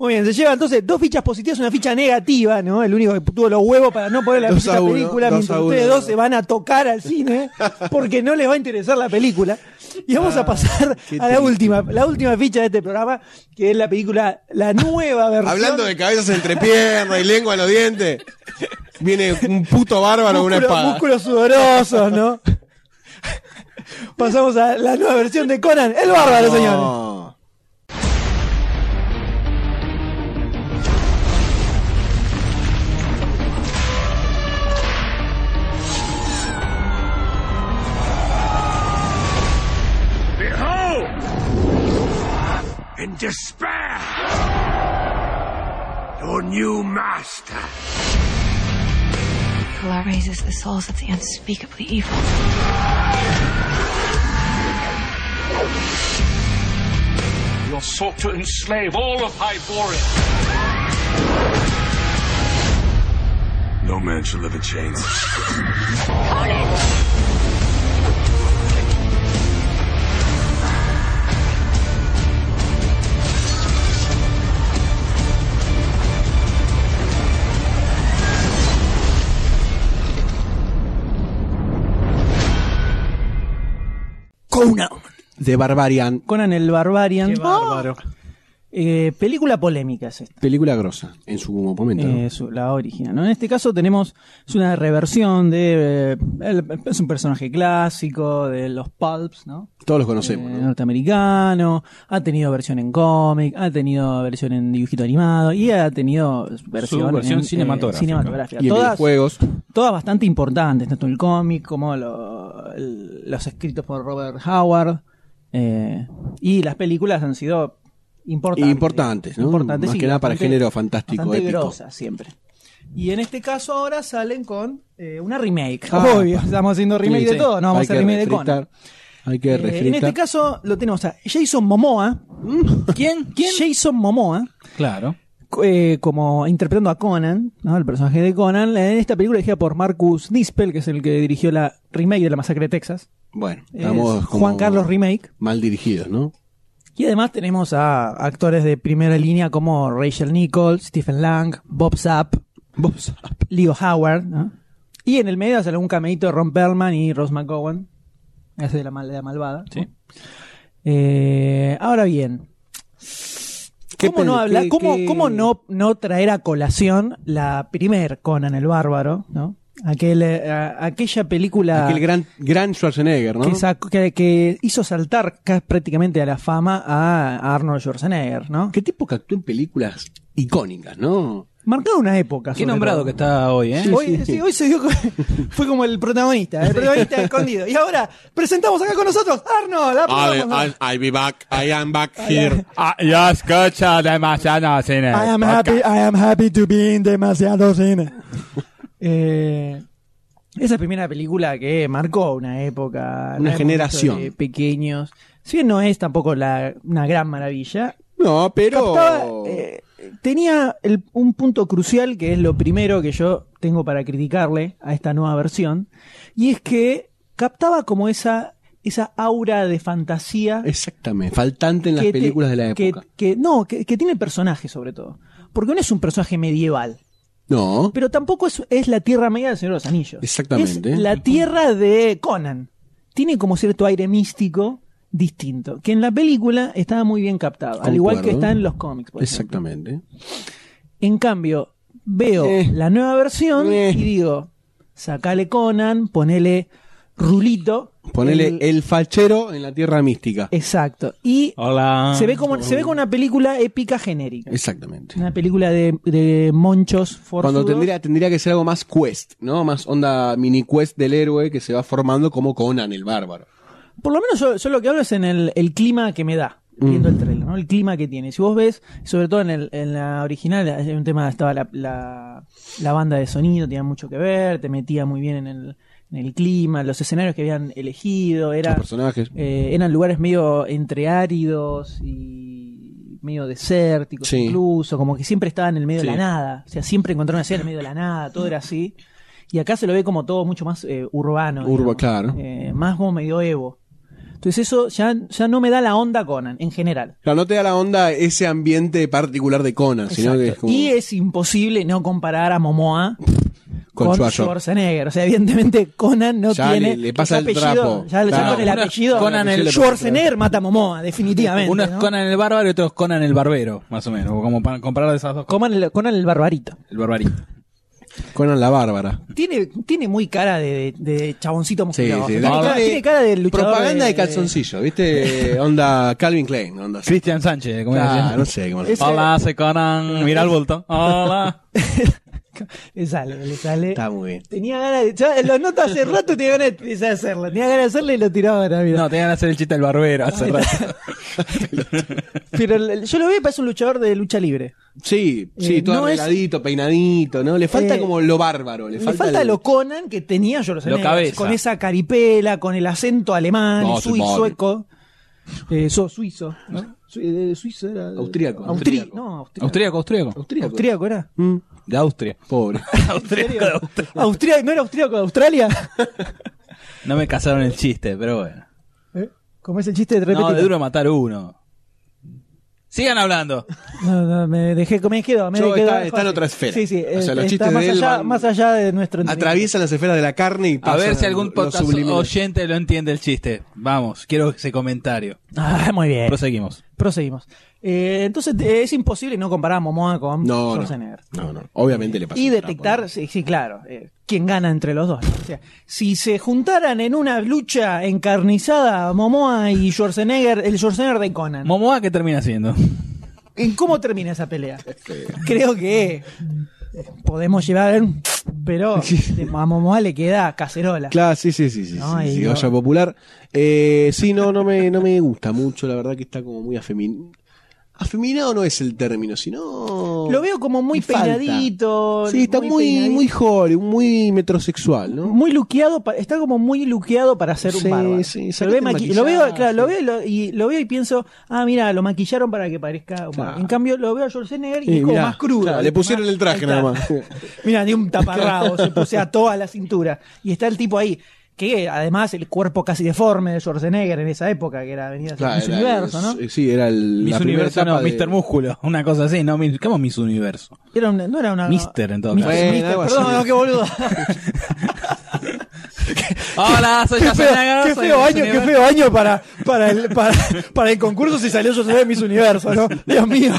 Muy bien, se lleva entonces dos fichas positivas, una ficha negativa, ¿no? El único que tuvo los huevos para no poner la Dos ficha a uno, película, dos mientras a uno. ustedes dos se van a tocar al cine porque no les va a interesar la película. Y vamos a pasar Ah, qué a la triste. última, la última ficha de este programa, que es la película, la nueva versión. Hablando de cabezas entre piernas y lengua en los dientes, viene un puto bárbaro con una Músculo- espada. Músculos sudorosos, ¿no? Pasamos a la nueva versión de Conan, el bárbaro, señores. No. Behold! In despair! Your new master! Kula raises the souls of the unspeakably evil. You'll sought to enslave all of Hyboria! No man shall live in chains. Conan. De Barbarian. Conan el Barbarian. Qué bárbaro. Eh, película polémica es esta. Película grosa en su momento. ¿no? Eh, su- la original. ¿no? En este caso tenemos es una reversión de eh, el- es un personaje clásico de los pulps, ¿no? Todos los conocemos. Eh, ¿no? norteamericano. Ha tenido versión en cómic, ha tenido versión en dibujito animado y ha tenido versión, Su versión en, eh, cinematográfica. cinematográfica. Y en Todas, videojuegos. todas bastante importantes, tanto el cómic como lo- el- los escritos por Robert Howard. eh, y las películas han sido importantes. Importantes, ¿no? Más sí, que nada para el bastante- género fantástico bastante épico. grosas siempre. Y en este caso ahora salen con eh, una remake. Ah, Obvio, estamos haciendo remake Sí, de sí. todo, no Hay vamos a hacer que remake de refritar, Conan. Hay que Eh, refritar. en este caso lo tenemos a Jason Momoa. Mm. ¿Quién? ¿Quién? Jason Momoa, Claro. co- eh, como interpretando a Conan, ¿no? el personaje de Conan, en esta película dirigida por Marcus Nispel, que es el que dirigió la remake de La Masacre de Texas. Bueno, Es estamos como Juan Carlos Remake. mal dirigidos, ¿no? Y además tenemos a actores de primera línea como Rachel Nichols, Stephen Lang, Bob Sapp, Leo Howard. ¿no? Y en el medio sale un cameito de Ron Perlman y Rose McGowan. Hace de la, mal- de la malvada. ¿no? Sí. Eh, ahora bien, ¿Qué ¿cómo pe- no hablar, qué- cómo, qué- cómo no, no traer a colación la primer Conan el Bárbaro? ¿no? Aquel, eh, a- aquella película Aquel gran, gran Schwarzenegger, ¿no? que, sacó- que- que hizo saltar ca- prácticamente a la fama a Arnold Schwarzenegger, ¿no? ¿Qué tipo que actuó en películas icónicas, no? Marcó una época. Qué sobre nombrado todo. que está hoy, ¿eh? Sí, hoy, sí. sí, hoy se dio. cu- Fue como el protagonista, el protagonista escondido. Y ahora presentamos acá con nosotros Arnold. aplaudamos, ¿no? I'll be back, I am back here. Ah, yo escucho demasiado cine. I am happy, I am happy to be in demasiado cine. Eh, Esa primera película que marcó una época. Una la generación. de Pequeños. Si bien no es tampoco la, una gran maravilla. No, pero. captaba, eh, tenía el- un punto crucial que es lo primero que yo tengo para criticarle a esta nueva versión. Y es que captaba como esa, esa aura de fantasía Exactamente. Faltante en las que te- películas de la que- época. que- no, que, que tiene el personaje sobre todo. Porque no es un personaje medieval. No. Pero tampoco es, es la Tierra Media del Señor de los Anillos. Exactamente. Es la Tierra de Conan. Tiene como cierto aire místico distinto. Que en la película estaba muy bien captado. Al igual que Concuerdo. está en los cómics. por ejemplo. Exactamente. En cambio, veo Eh. la nueva versión y digo, sacale Conan, ponele Rulito. Ponele el, el- Eh, fachero en la tierra mística. Exacto. Y Hola. se ve como se ve como una película épica genérica. Exactamente. Una película de, de monchos forzudos. Cuando tendría, tendría que ser algo más quest, ¿no? Más onda mini quest del héroe que se va formando como Conan el bárbaro. Por lo menos yo, yo lo que hablo es en el, el clima que me da viendo el trailer, ¿no? El clima que tiene. Si vos ves, sobre todo en, el- en la original, hay un tema estaba la, la- la banda de sonido, tenía mucho que ver, te metía muy bien en el, en el clima, los escenarios que habían elegido, era, Los personajes. eh, eran lugares medio entre áridos y medio desérticos Sí. incluso, como que siempre estaba en el medio de Sí. la nada, o sea, siempre encontraron así en el medio de la nada, todo era así. Y acá se lo ve como todo mucho más eh, urbano. Urba, digamos. claro. Eh, más como medioevo. Entonces eso ya, ya no me da la onda Conan, en general. Claro, no te da la onda ese ambiente particular de Conan, sino que es como Y es imposible no comparar a Momoa con con, Schwarzenegger. Schwarzenegger. O sea, evidentemente Conan no Ya tiene... le- le pasa ya el apellido- trapo. Ya, ya Claro. con el Una- apellido Conan el- Schwarzenegger mata a Momoa, definitivamente. Uno es ¿no? Conan el bárbaro y otro es Conan el barbero, más o menos. Como para comparar esas dos cosas. Conan el, Conan el barbarito. El barbarito. Conan la bárbara. Tiene, tiene muy cara de, de- de chaboncito musculoso. sí, tiene, da- cara, de- tiene cara de luchador Propaganda de calzoncillo, ¿viste? onda Calvin Klein. Onda así. Cristian Sánchez, ¿cómo Claro, decía? no sé cómo lo- Ese- Hola, soy Conan. Mira el bulto. Hola. Le sale, le sale. Está muy bien. Tenía ganas de. ya lo noto hace rato, tenía ganas de empezar a hacerlo. Tenía ganas de hacerlo y lo tiraba ahora, mira. No, tenían que hacer el chiste del barbero hace rato. Pero el- el- yo lo veo, parece un luchador de lucha libre. Sí, sí, Eh, todo no es- arregladito, peinadito, ¿no? Le falta Eh, como lo bárbaro. Le Le falta, falta, el- lo Conan que tenía yo Lo cabeza. Con esa caripela, con el acento alemán, No, sui- sí, pobre. sueco. Eh, so- suizo, ¿no? Su- eh, suizo era. Austríaco. Austri- Austríaco. no, austríaco. Austríaco, austríaco. Austríaco. Austríaco era. Mm, De Austria. pobre. Austríaco de Austria. Austríaco, ¿No era austríaco de Australia? No me casaron el chiste, pero bueno. ¿Eh? Como es el chiste de repente. No, de duro matar uno. Sigan hablando. No, no, me dejé, me quedo, me Yo, quedo está- abajo, está en sí. otra esfera. Sí, sí, O sea, eh, los está chistes más de él allá, van- más allá de nuestro entendimiento. Atraviesan las esferas de la carne y A pasan ver si algún lo podcast subliminal. oyente lo entiende el chiste. Vamos, quiero ese comentario. Ah, muy bien. Proseguimos. Proseguimos. Eh, entonces eh, es imposible no comparar a Momoa con No, no. Schwarzenegger. No, no. Obviamente le pasa. Y el trapo, detectar, sí, sí, claro, eh, quién gana entre los dos. ¿no? O sea, si se juntaran en una lucha encarnizada Momoa y Schwarzenegger, el Schwarzenegger de Conan, Momoa, ¿qué termina siendo? ¿en cómo termina esa pelea? Creo que eh, podemos llevar, un pero a Momoa le queda cacerola. Claro, sí, sí, sí, sí. No, sí, y sí, no. olla popular. Eh, sí, no, no me, no me gusta mucho, la verdad que está como muy afeminado. Afeminado no es el término, sino... Lo veo como muy Le falta. peinadito. Sí, está muy, peinadito. muy jolly, muy metrosexual, ¿no? muy luqueado, pa- está como muy luqueado para ser Sí, un bárbaro. sí, lo, ve sacate maqui- el lo veo, maquillaje. claro, lo veo y lo- y lo veo y pienso, ah, mira, lo maquillaron para que parezca humano. Claro. En cambio, lo veo a Schwarzenegger y Sí, es como mirá, más crudo. claro, le pusieron el traje nada más. Mira, de un taparrabo, se puse a toda la cintura. Y está el tipo ahí. Que además el cuerpo casi deforme de Schwarzenegger en esa época, que era venía a ser Claro, Miss era- universo, ¿no? Sí, era el, Miss la primera Universo, etapa no, de- Mr. Músculo. Una cosa así, no, mi- ¿cómo Miss Universo? Era una- no era una. Mister, en todo Mister, caso. Mister, Bueno, algo perdón, así. no, qué boludo. Hola, soy Qué feo, Schwarzenegger, qué soy feo Miss año, qué Universo. feo año para, para, el, para, para el concurso si salió yo soy Miss Universo, ¿no? Dios mío.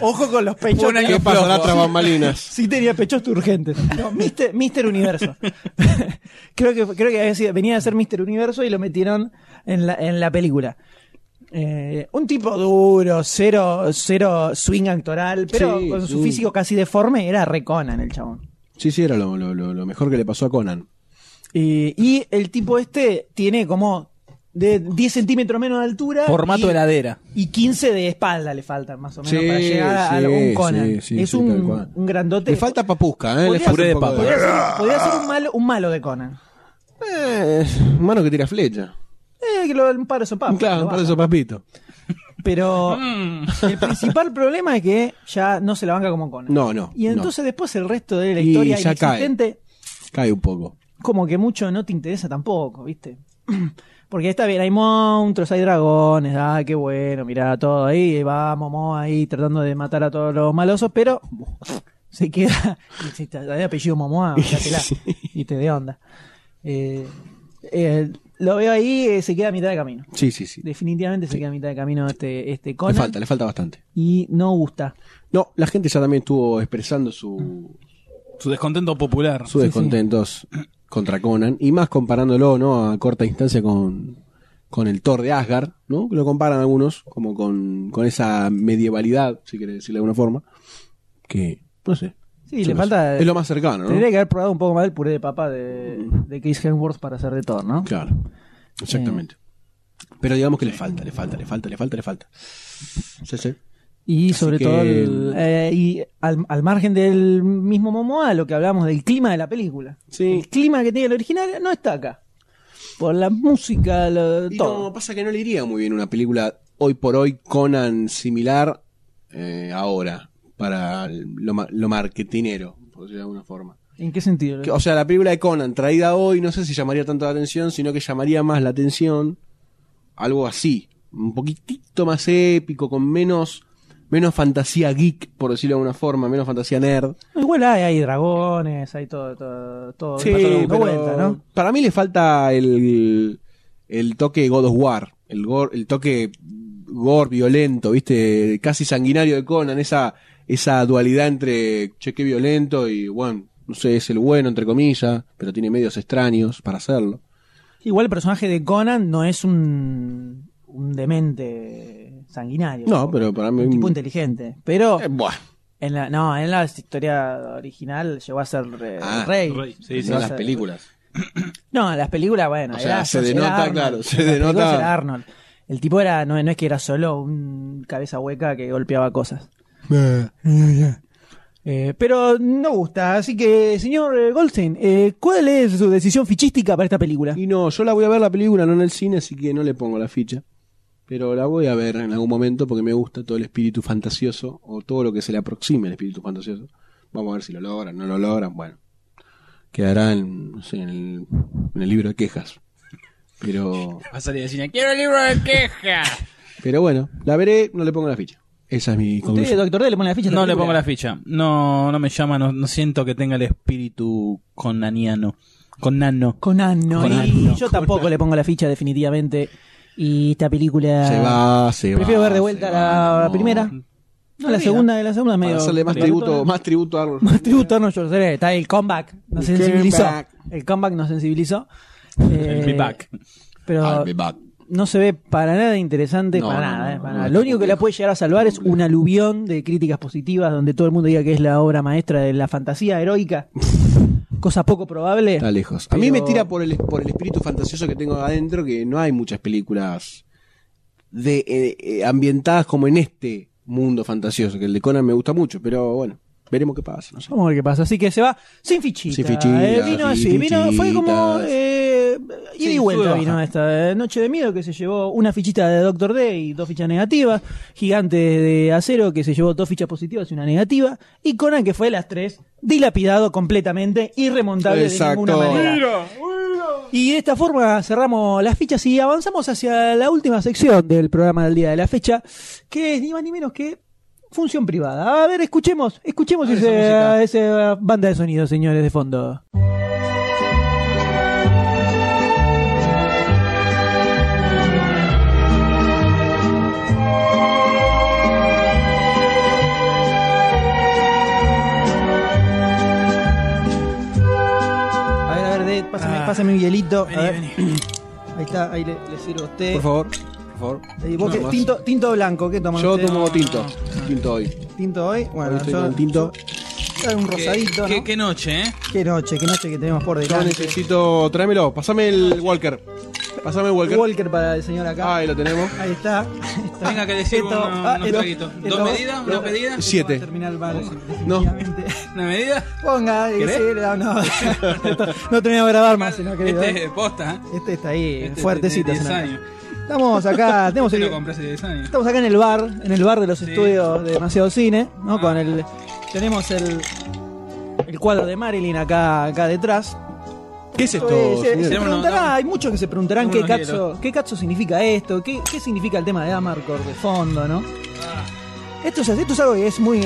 Ojo con los Fue pechos. un año ¿Qué pasará flojo. tras bambalinas? Sí tenía pechos turgentes. No, Mister, Mister Universo. creo que creo que había sido- venía a ser Mister Universo y lo metieron en la, en la película. Eh, un tipo duro, cero, cero swing actoral, pero Sí, con su sí. físico casi deforme, era recona en el chabón. Sí, sí, era lo, lo- lo- lo mejor que le pasó a Conan. Eh, y el tipo este tiene como de 10 centímetros menos de altura. Formato y- heladera. Y 15 de espalda le faltan, más o menos, Sí, para llegar a- sí, a un Conan. sí, sí, es sí, tal cual. un, un grandote. Le falta papusca, ¿eh? Le Podría falta ser- un poco podría de- ser- podría ser un malo, un malo de Conan. Eh, mano que tira flecha. Eh, que lo, un par de sopapas. claro, lo un par baja. de sopapitos. Pero el principal problema es que ya no se la banca como Conan. No, no. Y no. entonces después el resto de la Y historia ya cae. inexistente, Cae un poco. como que mucho no te interesa tampoco, ¿viste? Porque está bien, hay monstruos, hay dragones, ah, qué bueno, mirá, todo ahí, va Momo ahí tratando de matar a todos los malosos, pero se queda, si te da el apellido Momoa, bancátela, y te de onda. Eh, eh, lo veo ahí, eh, se queda a mitad de camino. Sí, sí, sí. Definitivamente se queda a mitad de camino este, este Le Conan. falta, le falta bastante. Y no gusta. No, la gente ya también estuvo expresando su, Su descontento popular. sus descontentos contra Conan. Y más comparándolo, ¿no? A corta instancia con, con el Thor de Asgard, ¿no? Lo comparan algunos, como con, con esa medievalidad, si quiere decirlo de alguna forma. Que, no sé. Sí, se le me falta. hace. Es lo más cercano, Tendría ¿no? Mm. que haber probado un poco más el puré de papa de, de Chris Hemsworth para hacer de Thor, ¿no? Claro. Exactamente. Pero digamos que le falta, le falta, le falta, le falta, le falta. Sí, sí. Y sobre que- todo, el- eh, y al, al margen del mismo Momoa, lo que hablamos del clima de la película. El clima que tiene el original no está acá. Por la música, lo- Y todo. no, pasa que no le iría muy bien una película hoy por hoy Conan similar eh, ahora para lo, ma- lo marketinero, por decirlo de alguna forma. ¿En qué sentido? Que, O sea, la película de Conan traída hoy no sé si llamaría tanto la atención, sino que llamaría más la atención algo así, un poquitito más épico, con menos menos fantasía geek, por decirlo de alguna forma, menos fantasía nerd. Igual hay, hay dragones, hay todo, todo, todo, Sí, está todo dando pero vuelta, ¿no? Para mí le falta el, el toque God of War, el, gore- el toque gore violento, ¿viste? Casi sanguinario de Conan, esa, esa dualidad entre cheque violento y, bueno, no sé, es el bueno, entre comillas, pero tiene medios extraños para hacerlo. Igual el personaje de Conan no es un, un demente sanguinario. No, pero para mí. Un tipo inteligente. Pero Eh, buah. en la, no, en la historia original llegó a ser re- Ah, rey. Sí, Llegó a las ser- películas. No, en las películas, bueno. O era- sea, se era denota, Arnold. claro, se En las películas denota. era Arnold. El tipo era, no, no es que era solo un cabeza hueca que golpeaba cosas. Eh, pero no gusta. Así que, señor eh, Goldstein, eh, ¿cuál es su decisión fichística para esta película? Y no, yo la voy a ver la película, no en el cine, así que no le pongo la ficha. Pero la voy a ver en algún momento porque me gusta todo el espíritu fantasioso o todo lo que se le aproxime al espíritu fantasioso. Vamos a ver si lo logran, no lo logran. Bueno, quedará en, no sé, en, el, en el libro de quejas. Pero, Va a salir al cine. Quiero el libro de queja. pero bueno, la veré, no le pongo la ficha. Esa es mi ¿Usted, conclusión. doctor D, le pone la ficha? a esta No le película? pongo la ficha. No, no me llama, no, no siento que tenga el espíritu conaniano. Conano. Conano. Conan, y no, yo tampoco le pongo la ficha definitivamente. Y esta película... Se va, se Prefiero va, ver de vuelta se la, va, la no. primera. No, la Olvida. segunda de la segunda medio... Para hacerle más medio tributo, tona. más tributo a Arnold. Más tributo a Arnold Schwarzenegger. Está el comeback. Nos El sensibilizó. comeback. El comeback nos sensibilizó. El Eh, feedback. Pero I'll Ah, be back. no se ve para nada interesante, No, para no, nada. no, eh, para no, nada. no, Lo está único que la complejo. puede llegar a salvar es un aluvión de críticas positivas donde todo el mundo diga que es la obra maestra de la fantasía heroica. Cosa poco probable. Está lejos. A mí Pero- me tira por el, por el espíritu fantasioso que tengo adentro, que no hay muchas películas de eh, eh, ambientadas como en este mundo fantasioso, que el de Conan me gusta mucho, pero bueno, veremos qué pasa. no sé. Vamos a ver qué pasa. Así que se va sin fichita. Sin fichita, eh, vino sin así, vino, fue como fichitas. eh, ida y Sí, vuelta sube, vino baja. esta eh, Noche de Miedo que se llevó una fichita de Doctor D y dos fichas negativas. Gigante de Acero que se llevó dos fichas positivas y una negativa. Y Conan que fue las tres, dilapidado completamente, irremontable Exacto. de ninguna manera. Y de esta forma cerramos las fichas y avanzamos hacia la última sección del programa del día de la fecha, que es ni más ni menos que función privada. A ver, escuchemos, escuchemos A ver esa música. ese, esa banda de sonido, señores, de fondo. A ver, a ver, Ded, pásame, Ah. pásame un hielito. Vení, a ver. vení. Ahí está, ahí le, le sirvo a usted. Por favor, por favor. Y vos No qué- más. tinto, tinto o blanco, ¿qué tomas? Yo usted? tomo tinto, tinto hoy. Tinto hoy. Hoy Bueno, estoy yo- con tinto. yo- un rosadito, ¿Qué, ¿no? qué noche, eh? Qué noche, qué noche que tenemos por Yo delante. necesito, tráemelo, pasame el Walker. Pasame Walker. Walker para el señor acá. Ahí lo tenemos. Ahí está. Tenga que decir Esto- uno- ah, unos esto- traguitos. esto- ¿Dos medidas? ¿Una lo- pedida? Siete. Terminar el bar, No. definitivamente. ¿Una medida? Ponga, eh, ¿Querés? sí, no, no. Esto- no tenía que grabar más, si no querés, Este ¿eh? es posta, ¿eh? Este está ahí, Este fuertecito. tiene 10 señor. años. Estamos acá, tenemos Este el- lo compré hace 10 años. Estamos acá en el bar, en el bar de los estudios de Demasiado Cine, Ah. ¿no? Con el. Tenemos el. El cuadro de Marilyn acá, acá detrás. ¿Qué es esto? Eh, se- se, señor? preguntará, hay muchos que se preguntarán qué Unos cazzo, hielos. qué cazzo significa esto, qué, qué significa el tema de Amarcord de fondo, ¿no? Ah. Esto es, así, esto es algo que es muy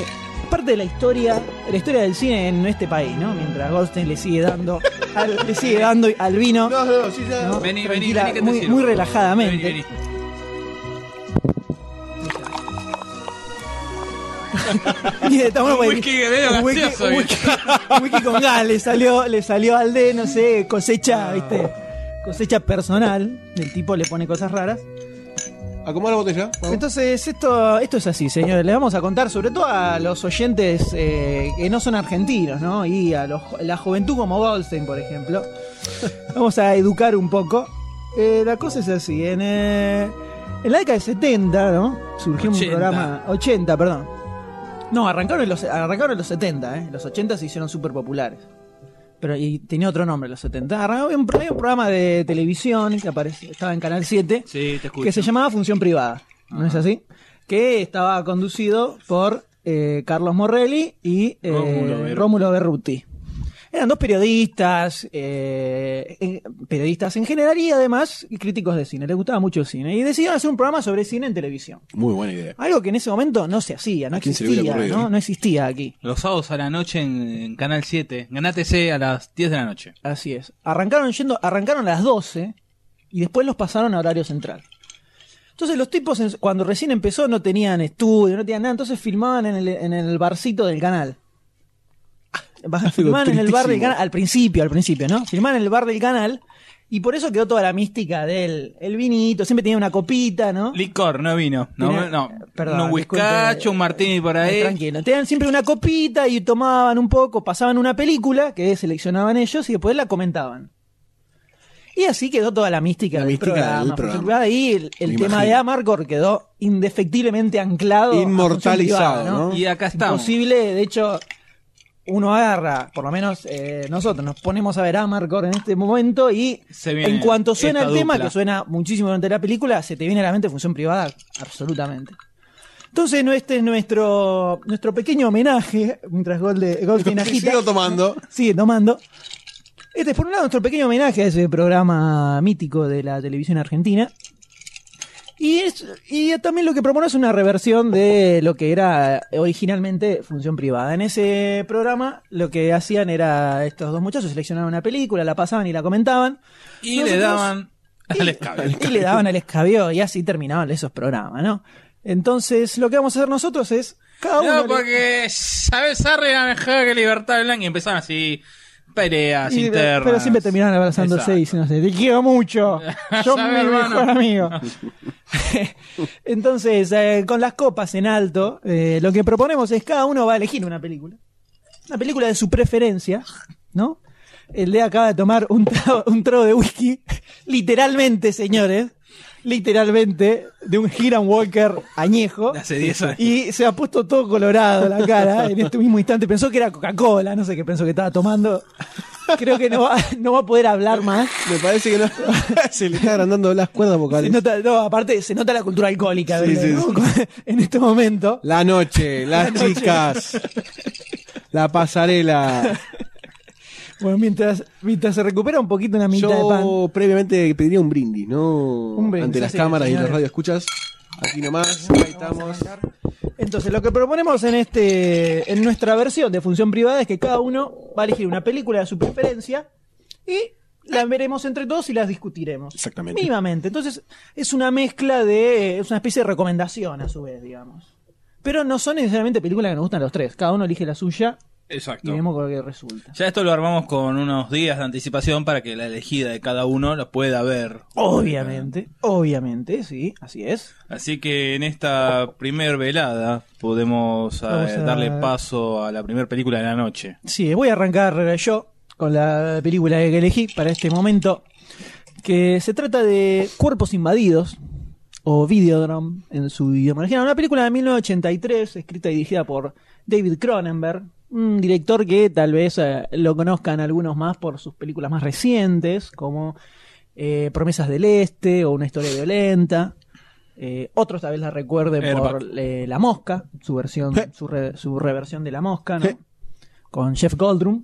parte de la historia, de la historia del cine en este país, ¿no? Mientras Goldstein le sigue dando, al, le sigue dando al vino, No, no, no, sí, ya. ¿no? Vení, vení, Tranquila, vení, que te muy, sirvo. muy relajadamente. Vení, vení. Y está bueno, Un porque- whisky de dedo pues, un whisky- gaseoso, un whisky- un whisky con gas, le salió, le salió al de, no sé, Ah. cosecha, viste, cosecha personal. El tipo le pone cosas raras. Acomoda la botella. Entonces, esto, esto es así, señores. Les vamos a contar, sobre todo a los oyentes eh, que no son argentinos, ¿no? Y a los- la juventud como Goldstein, por ejemplo. Vamos a educar un poco. Eh, la cosa es así, en, eh, en la década de 70, ¿no? Surgió un 80. programa... 80, perdón. No, arrancaron en los, arrancaron en los 70, ¿eh? Los 80 se hicieron súper populares. Pero y tenía otro nombre, los 70. Arrancó- Había un, había un programa de televisión que aparecía, estaba en Canal 7 Sí, te escucho. que se llamaba Función Privada, ¿no es así? Que estaba conducido por eh, Carlos Morelli y eh, Rómulo Berruti. Rómulo Berruti. Eran dos periodistas, eh, eh, periodistas en general y además críticos de cine. Les gustaba mucho el cine. Y decidieron hacer un programa sobre cine en televisión. Muy buena idea. Algo que en ese momento no se hacía, no ¿A quién se le hubiera existía, ocurrido? ¿no? No existía aquí. Los sábados a la noche en, en Canal 7. Ganátese a las 10 de la noche. Así es. Arrancaron yendo, arrancaron a las 12 y después los pasaron a horario central. Entonces los tipos en- cuando recién empezó no tenían estudio, no tenían nada, entonces filmaban en el, en el barcito del canal. Vas a filmar en el bar del tristísimo. canal, al principio, al principio, ¿no? Filmaban en el bar del canal y por eso quedó toda la mística del el vinito, siempre tenía una copita, ¿no? Licor, no vino. No, Tenía- no. perdón, un disculpe. whiskacho, un martini por ahí. Eh, Tranquilo. Tenían siempre una copita y tomaban un poco, pasaban una película que seleccionaban ellos y después la comentaban. Y así quedó toda la mística La del mística del programa. programa. Porque Ahí el, el Me tema de imagino. Amargor quedó indefectiblemente anclado. a Inmortalizado, Función Privada, ¿no? Y acá estamos. Imposible, de hecho, uno agarra, por lo menos eh, nosotros nos ponemos a ver Amargor en este momento y Se viene en cuanto suena el esta tema, dupla. que suena muchísimo durante la película, se te viene a la mente Función Privada, absolutamente. Entonces, no, este es nuestro, nuestro pequeño homenaje, mientras Golde, Goldstein agita. Sigo tomando. Sigue tomando. Este es, por un lado, nuestro pequeño homenaje a ese programa mítico de la televisión argentina. Y, es, y también lo que propone es una reversión de lo que era originalmente función privada. En ese programa lo que hacían era estos dos muchachos seleccionaban una película, la pasaban y la comentaban. Y Nosotros- le daban y- al escabe. Y le daban el escabio y así terminaban esos programas, ¿no? Entonces lo que vamos a hacer nosotros es... Cada uno No, le- porque sabes Sarri era mejor que Libertad Blanca y empezaron así peleas Y- internas. Pero siempre terminaban abrazándose y diciéndose, te quiero mucho, yo mi Sabe, hermano. mejor amigo. Entonces, eh, con las copas en alto, eh, lo que proponemos es cada uno va a elegir una película. Una película de su preferencia, ¿no? El de acaba de tomar un trago, un trago de whisky, literalmente, señores, literalmente, de un Hiram Walker añejo. De hace 10 años. Y se ha puesto todo colorado la cara en este mismo instante. Pensó que era Coca-Cola, no sé qué pensó que estaba tomando. Creo que no va, no va a poder hablar más. Me parece que no. se le está agrandando las cuerdas Se vocales. nota- no, aparte, se nota la cultura alcohólica Sí, ¿verdad? sí, ¿no? en este momento. La noche, las chicas. La pasarela. Bueno, mientras, mientras se recupera un poquito una mitad de pan. Yo previamente pediría un brindis, ¿no? Un brindis, Ante las así, cámaras y señores. las radioescuchas. Aquí nomás, ahí estamos. Entonces, lo que proponemos en este en nuestra versión de función privada es que cada uno va a elegir una película de su preferencia y la veremos entre todos y las discutiremos. Exactamente. Mínimamente. Entonces, es una mezcla de. Es una especie de recomendación a su vez, digamos. Pero no son necesariamente películas que nos gustan a los tres. Cada uno elige la suya y Exacto. vemos con lo que resulta. Ya esto lo armamos con unos días de anticipación para que la elegida de cada uno lo pueda ver. Obviamente, obviamente, sí, así es. Así que en esta primer velada podemos eh, Vamos a- darle paso a la primera película de la noche. eh, Sí, voy a arrancar yo con la película que elegí para este momento, que se trata de Cuerpos Invadidos, o Videodrome en su idioma original. Una película de 1983, escrita y dirigida por David Cronenberg, un director que tal vez eh, lo conozcan algunos más por sus películas más recientes, como eh, Promesas del Este o Una Historia Violenta. Eh, otros tal vez la recuerden Airbag. por eh, La Mosca, su versión, su, re- su reversión de La Mosca, ¿no? Con Jeff Goldrum.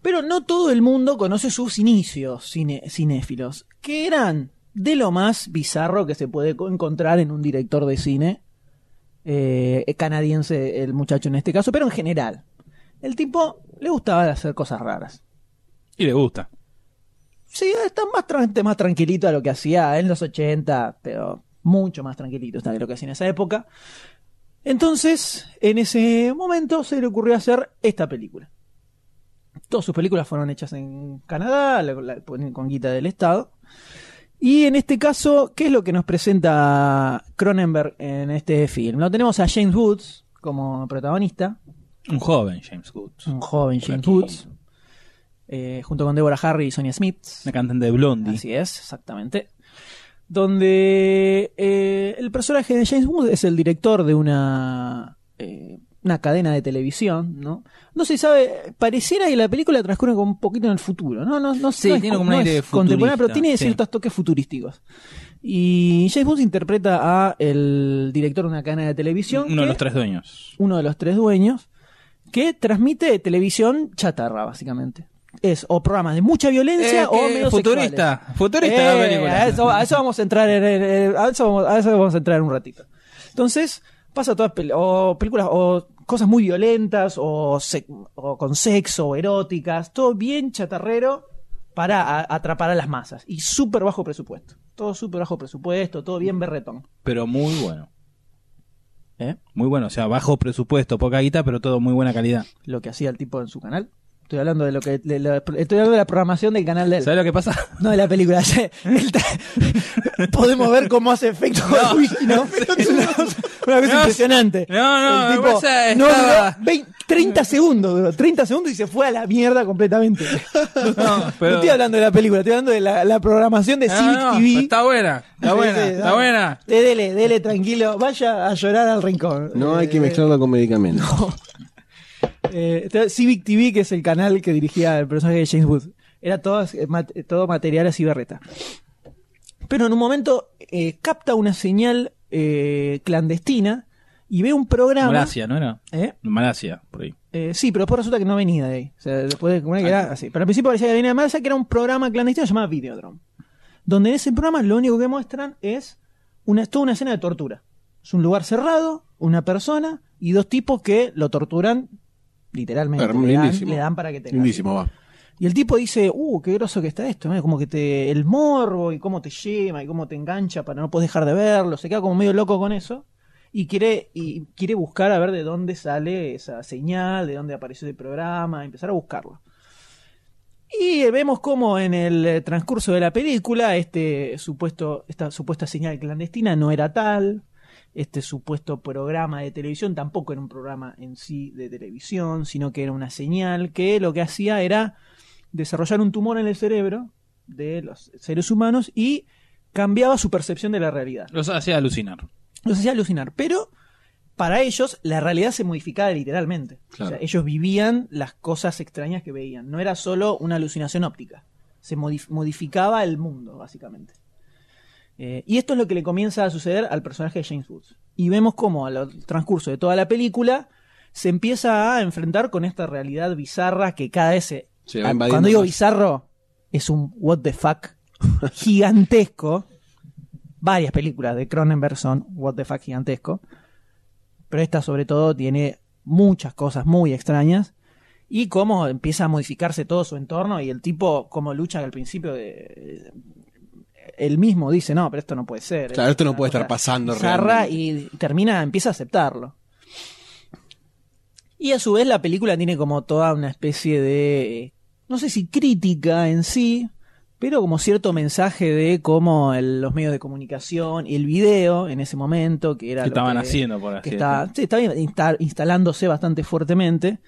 Pero no todo el mundo conoce sus inicios cine- cinéfilos, que eran de lo más bizarro que se puede co- encontrar en un director de cine, eh, canadiense el muchacho en este caso, pero en general. El tipo le gustaba hacer cosas raras. Y le gusta. Sí, está más, tran- más tranquilito a lo que hacía en los 80, pero mucho más tranquilito está de lo que hacía en esa época. Entonces, en ese momento se le ocurrió hacer esta película. Todas sus películas fueron hechas en Canadá, la- la- con guita del Estado. Y en este caso, ¿qué es lo que nos presenta Cronenberg en este film? Lo tenemos a James Woods como protagonista, Un joven James Woods. un joven James Woods, eh, junto con Deborah Harry y Sonia Smith. Una cantante de Blondie. Así es, exactamente. Donde eh, el personaje de James Wood es el director de una, eh, una cadena de televisión, ¿no? No se sabe, pareciera que la película transcurre como un poquito en el futuro, ¿no? No, no, Sí, no es tiene co- como un no aire es contemporánea, pero futurista, tiene sí. ciertos toques futurísticos. Y James Wood interpreta a el director de una cadena de televisión, Uno de que- los tres dueños. uno de los tres dueños, que transmite televisión chatarra, básicamente. Es o programas de mucha violencia Eh, o que medios futurista, sexuales. Eh, futurista la película. A eso, a eso vamos a entrar en, en- en- a, eso vamos, a eso vamos a entrar en un ratito. Entonces, pasa todas pel- o películas o cosas muy violentas o, se- o con sexo o eróticas, todo bien chatarrero para a- atrapar a las masas y súper bajo presupuesto. Todo súper bajo presupuesto, todo bien berretón. pero muy bueno. ¿Eh? Muy bueno, o sea, bajo presupuesto, poca guita, pero todo muy buena calidad. Lo que hacía el tipo en su canal. Estoy hablando de lo que de la- estoy hablando de la programación del canal de él. ¿Sabes lo que pasa? No de la película. El ta- Podemos ver cómo hace efecto con whisky, ¿no? Es una cosa, una cosa No, impresionante. no, El me parece no estaba- duró vein- 30 segundos, duró 30 segundos y se fue a la mierda completamente. No, pero- estoy hablando de la película, estoy hablando de la, la programación de No, Civic no, TV. Está buena, está Sí, buena, sí, está dale. buena. Te dele, dele tranquilo, vaya a llorar al rincón. No hay que Eh, mezclarlo con medicamentos. eh, te- Civic TV, que es el canal que dirigía el personaje de James Wood. Era todo, eh, mat- eh, todo material así berreta. Pero en un momento eh, capta una señal eh, clandestina y ve un programa. Malasia, ¿no era? ¿Eh? Malasia, por ahí. Eh, sí, pero después resulta que no venía de ahí. O sea, después de que Ah, era así. Pero al principio parecía que venía de Malasia, que era un programa clandestino llamado Videodrome. Donde en ese programa lo único que muestran es una, toda una escena de tortura. Es un lugar cerrado, una persona y dos tipos que lo torturan literalmente. Pero, le, dan, lindísimo. le dan para que tenga. Lindísimo, va. Y el tipo dice, uh, qué groso que está esto, ¿no? como que te, el morbo y cómo te lleva y cómo te engancha para no poder dejar de verlo, se queda como medio loco con eso y quiere, y quiere buscar a ver de dónde sale esa señal, de dónde apareció el programa, empezar a buscarlo. Y eh, vemos cómo en el eh, transcurso de la película este supuesto, esta supuesta señal clandestina no era tal, este supuesto programa de televisión tampoco era un programa en sí de televisión, sino que era una señal que lo que hacía era desarrollar un tumor en el cerebro de los seres humanos y cambiaba su percepción de la realidad. Los hacía alucinar. Los hacía alucinar, pero para ellos la realidad se modificaba literalmente. Claro. O sea, ellos vivían las cosas extrañas que veían. No era solo una alucinación óptica. Se modif- modificaba el mundo, básicamente. Eh, y esto es lo que le comienza a suceder al personaje de James Woods. Y vemos cómo al transcurso de toda la película se empieza a enfrentar con esta realidad bizarra que cada vez se... Se va Ah, invadiendo Cuando digo más. bizarro, es un what the fuck gigantesco. Varias películas de Cronenberg son what the fuck gigantesco. Pero esta sobre todo tiene muchas cosas muy extrañas. Y cómo empieza a modificarse todo su entorno y el tipo, cómo lucha al principio de, eh, él mismo dice, no, pero esto no puede ser. Claro, esto no una puede estar cosa pasando bizarra", realmente. Y termina, empieza a aceptarlo. Y a su vez la película tiene como toda una especie de, eh, no sé si crítica en sí, pero como cierto mensaje de cómo el- los medios de comunicación y el video en ese momento, que era... Que lo estaban que- haciendo, por así que está, sí, está bien, insta- instalándose bastante fuertemente.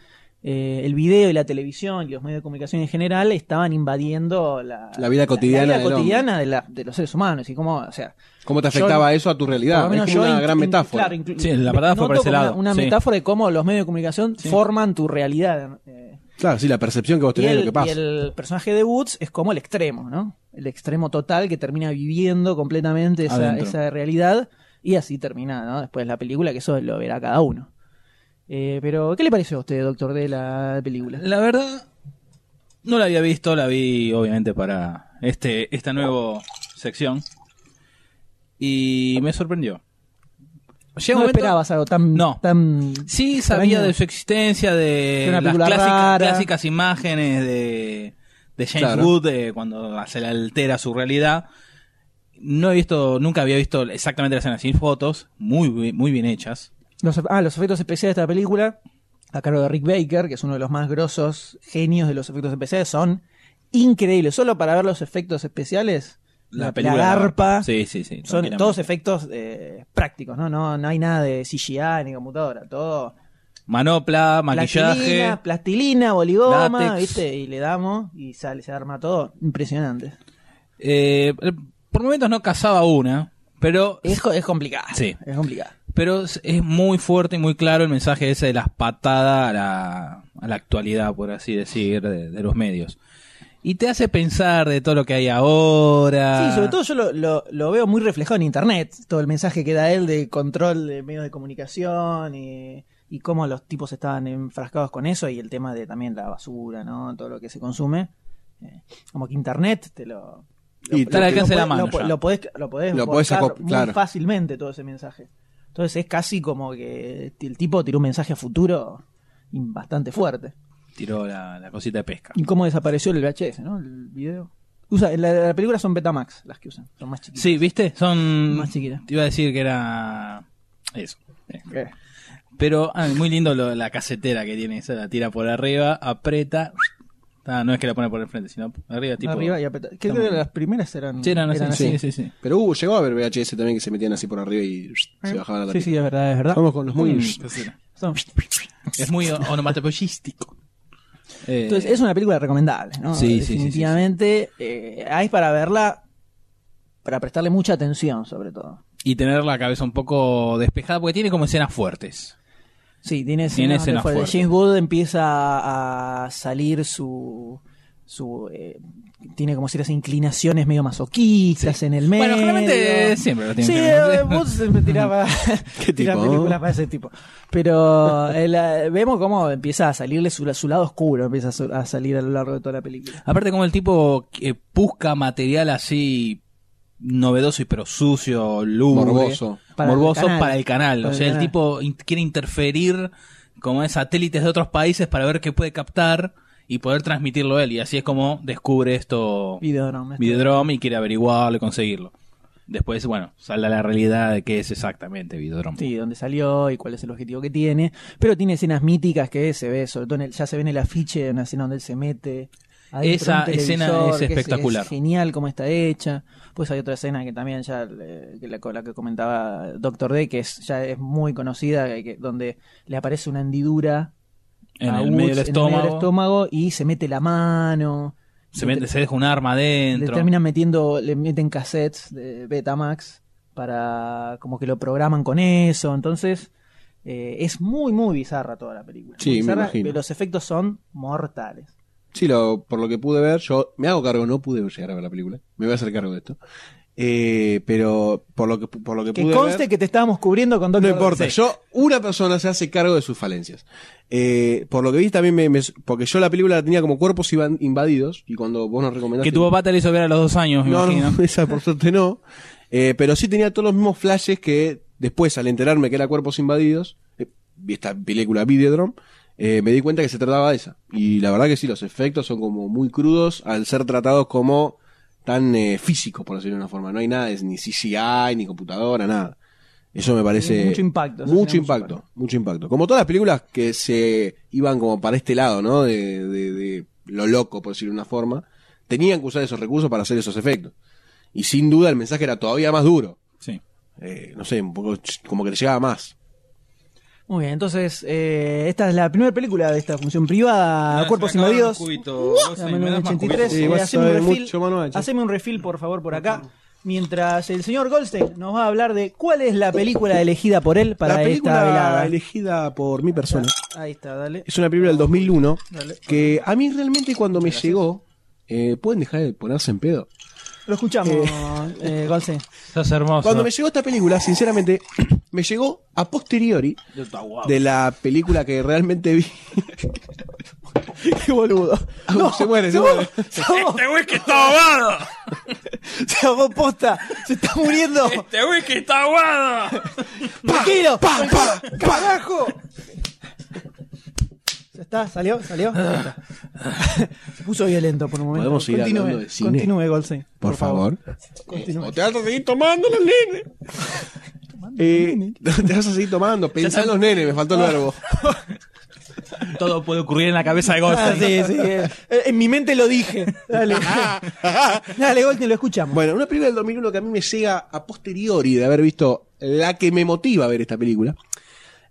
eh, el video y la televisión y los medios de comunicación en general estaban invadiendo la, La vida cotidiana la vida del cotidiana de, la- de los seres humanos. Y cómo, o sea, ¿Cómo te afectaba eso a tu realidad? por lo menos Es como yo una in- gran in- metáfora. claro, inclu- Sí, la verdad fue por noto ese como lado, Una, una sí. metáfora de cómo los medios de comunicación forman tu realidad. Claro, sí, la percepción que vos Y tenés de el, lo que pasa. y el personaje de Woods es como el extremo, ¿no? El extremo total que termina viviendo completamente esa, Adentro. esa realidad y así termina, ¿no? Después la película, que eso lo verá cada uno. Eh, pero, ¿qué le pareció a usted, doctor, de la película? La verdad, no la había visto, la vi obviamente para este esta nueva sección. Y me sorprendió. Llega no un momento- esperabas algo tan... No. tan Sí, sabía extraño. de su existencia, de Era una las película clásicas, rara. clásicas imágenes de, de James Claro. Wood eh, cuando se le altera su realidad. No he visto, nunca había visto exactamente las escenas sin fotos, muy, bi- muy bien hechas. Los, ah, los efectos especiales de esta película, a cargo de Rick Baker, que es uno de los más grosos genios de los efectos especiales, son increíbles. Solo para ver los efectos especiales, la, película garpa, Sí, sí, sí. son tranquilamente. todos efectos eh, prácticos, ¿no? ¿no? No hay nada de CGI ni computadora, todo Manopla, maquillaje. plastilina, plastilina, boligoma, látex. ¿viste? Y le damos y sale, se arma todo. Impresionante. Eh, por momentos no cazaba una, pero Es, co- es complicado. Sí. Es complicado. Pero es es muy fuerte y muy claro el mensaje ese de las patadas a la, a la actualidad, por así decir, de, de los medios. Y te hace pensar de todo lo que hay ahora. Sí, sobre todo yo lo, lo- lo veo muy reflejado en internet, todo el mensaje que da él de control de medios de comunicación y, y cómo los tipos estaban enfrascados con eso y el tema de también la basura, ¿no? Todo lo que se consume. Eh, como que internet te lo... Y lo- está al lo- alcance de lo la podés- mano Lo, po- ya. lo podés, lo podés Lo podés volcar acop- muy claro. fácilmente todo ese mensaje. Entonces es casi como que el tipo tiró un mensaje a futuro y bastante fuerte. Tiró la, la cosita de pesca. Y cómo desapareció el VHS, ¿no? El video. Usa, la, la película son Betamax las que usan, son más chiquitas. Sí, ¿viste? Son... Más chiquita. Te iba a decir que era... Eso. Eh. Pero ah, muy lindo lo- la casetera que tiene esa. La tira por arriba, aprieta... Ah, no es que la pone por el frente, sino arriba, tipo... arriba y apretado. Creo que las primeras eran, Sí, eran así, eran así. sí, sí. Pero hubo, llegó a haber VHS también que se metían así por arriba y se bajaba la Eh, Sí, sí, es verdad, es verdad. Vamos con los muy... Mm, casetera. Es muy o- onomatopoyístico. Eh, Entonces, es una película recomendable, ¿no? Sí, sí, sí, sí, Definitivamente, eh, hay para verla, para prestarle mucha atención, sobre todo. y tener la cabeza un poco despejada porque tiene como escenas fuertes. Sí, tiene escenas Tiene donde escenas fue- de fuertes. James Wood empieza a salir su... su eh, tiene como ciertas inclinaciones medio masoquistas en el medio. Bueno, generalmente siempre lo tiene. Sí, eh, Wood se me tiraba, tiraba tipo? películas para ese tipo. Pero eh, la- vemos cómo empieza a salirle su, su lado oscuro, empieza a, su- a salir a lo largo de toda la película. Aparte como el tipo que busca material así novedoso y pero sucio, lúgubre, Morboso. Para el morboso canal. para el canal. Para o el sea, el, canal. tipo in- quiere interferir como en satélites de otros países para ver qué puede captar y poder transmitirlo él. Y así es como descubre esto Videodrome. Videodrome y quiere averiguarlo y conseguirlo. Después, bueno, sale a la realidad de qué es exactamente Videodrome. Sí, dónde salió y cuál es el objetivo que tiene. Pero tiene escenas míticas que se ve, sobre todo en el, ya se ve en el afiche, una escena donde él se mete. adentro Esa de un escena televisor, es que espectacular. Es, genial cómo está hecha. Pues hay otra escena que también ya, eh, que la, con la que comentaba Doctor D, que es, ya es muy conocida, que- que- donde le aparece una hendidura En a Woods, en el el medio del medio del estómago. estómago y se mete la mano. Se, mete- se deja un arma Le adentro. terminan metiendo, le meten cassettes de Betamax para como que lo programan con eso. Entonces, eh, es muy, muy bizarra toda la película. Sí, Muy me bizarra, imagino. pero Los efectos son mortales. Sí, lo, por lo que pude ver, yo me hago cargo, no pude llegar a ver la película, me voy a hacer cargo de esto. Eh, pero por lo que, por lo que, Que pude conste ver, que te estábamos cubriendo con no Doctor importa, Sí. yo, una persona se hace cargo de sus falencias. Eh, por lo que vi también me, me- porque yo la película la tenía como cuerpos iban invadidos, y cuando vos nos recomendaste... Que tu papá te lo hizo ver a los dos años, me No, imagino. no, esa por suerte no. Eh, pero sí tenía todos los mismos flashes que después, al enterarme que era Cuerpos Invadidos, eh, vi esta película Videodrome, eh, me di cuenta que se trataba de esa. Y la verdad que sí, los efectos son como muy crudos al ser tratados como tan eh, físicos, por decirlo de una forma. No hay nada, es ni CGI, ni computadora, nada. Eso me parece... Mucho impacto, eso Mucho tiene mucho impacto, mucho impacto. Como todas las películas que se iban como para este lado, ¿no? De, de- de lo loco, por decirlo de una forma. Tenían que usar esos recursos para hacer esos efectos. Y sin duda el mensaje era todavía más duro. Sí. Eh, no sé, un poco ch- como que le llegaba más. Muy bien, entonces eh, esta es la primera película de esta función privada, Cuerpos Invadidos. La 1983. Sí, Eh, vas a haceme, un saber refill, mucho, Manuel. haceme un refill, por favor, por acá. Mientras el señor Goldstein nos va a hablar de cuál es la película elegida por él para la esta película velada. elegida por mi persona Ahí está, dale. es una película del 2001 Dale. que a mí realmente cuando me llegó, eh, pueden dejar de ponerse en pedo. Lo escuchamos, eh, Goldstein. Estás hermoso. Cuando me llegó esta película, sinceramente, me llegó a posteriori de la película que realmente vi. Qué boludo. No, se muere, se muere. Este whisky está ahogado. Se ahogó posta. Se está muriendo. Este whisky está ahogado. ¡Tranquilo! ¡Pam, pam! ¡Carajo! Ya está, salió, salió. Ya está. Ah. Se puso violento por un momento. Podemos seguir Continúe, hablando de cine. Continúe, Goldstein. Por, favor. Continúe. O te vas a seguir tomando los nenes. Eh, te vas a seguir tomando. Pensá en los nenes, me faltó el verbo. Todo puede ocurrir en la cabeza de Ah, Goldstein. sí, sí. eh, En mi mente lo dije. Dale. Dale, Goldstein, lo escuchamos. Bueno, una película del 2001 que a mí me llega a posteriori de haber visto la que me motiva a ver esta película.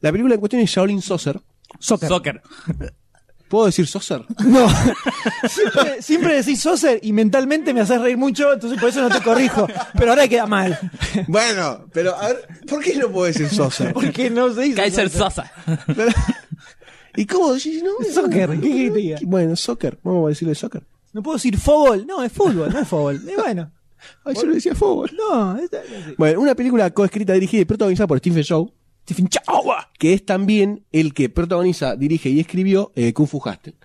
La película en cuestión es Shaolin Saucer. Soccer. Soccer. ¿Puedo decir Saucer? No. Siempre, siempre decís Saucer y mentalmente me haces reír mucho, entonces por eso no te corrijo. Pero ahora queda mal. Bueno, pero a ver, ¿por qué no puedo decir Saucer? Porque no se dice. Kaiser Saucer. Sosa. ¿Y cómo decís? No, Soccer, ¿qué querés que te diga? Bueno, soccer. Vamos a decirle soccer. No puedo decir fútbol. No, es fútbol, no es fútbol. Y bueno. Ay, yo le decía fútbol. No, es, Bueno, una película coescrita, dirigida y protagonizada por Stephen Chow, Stephen Chow. que es también el que protagoniza, dirige y escribió eh, Kung Fu Hustle.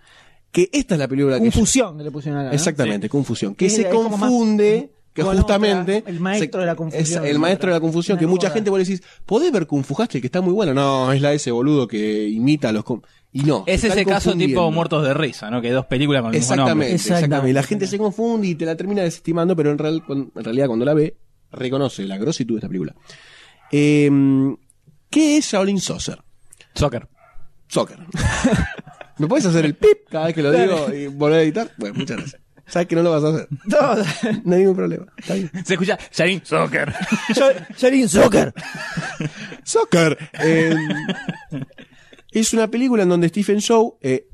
Que esta es la película que... yo- Confusión que le pusieron acá. ¿no? Exactamente, confusión. Que Es- se es como más- confunde, que con justamente... otra, el maestro de la se- confusión. es el maestro de la confusión, Una que mucha joda. gente vos le decís, ¿podés ver Kung Fu Hustle, que está muy bueno? No, es la de ese boludo que imita a los... con- Y no. Es se están ese caso tipo confundiendo. Muertos de Risa, ¿no? Que dos películas con el mismo Exactamente, nombre. exactamente. Exactamente. La gente se confunde y te la termina desestimando, pero en, real- cuan- en realidad cuando la ve, reconoce la grositud de esta película. Eh, ¿Qué es Shaolin Saucer? Soccer. Soccer. ¿Me puedes hacer el pip cada vez que lo digo y volver a editar? Bueno, muchas gracias. Sabes que no lo vas a hacer. No, no hay ningún problema. Está bien. Se escucha, Yarin, Soccer. Yo- Shaolin Soccer. Soccer. Eh, es una película en donde Stephen Chow. eh,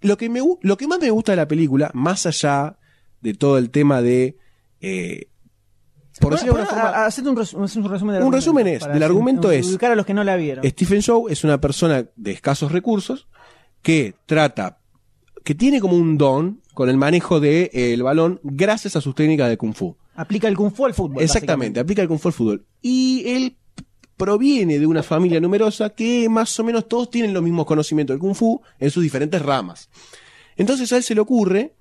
lo, que me, gu- lo que más me gusta de la película, más allá de todo el tema de. eh, por Bueno, decirlo de bueno, una forma. a- hacete un, res- un resumen del Un resumen es, para del hacer- argumento es- Ubicar a los que no la vieron. Stephen Chow es una persona de escasos recursos que trata, que tiene como un don con el manejo del balón gracias a sus técnicas de kung fu. Aplica el kung fu al fútbol. Exactamente, aplica el kung fu al fútbol. Y él proviene de una familia numerosa que más o menos todos tienen los mismos conocimientos del kung fu en sus diferentes ramas. Entonces a él se le ocurre,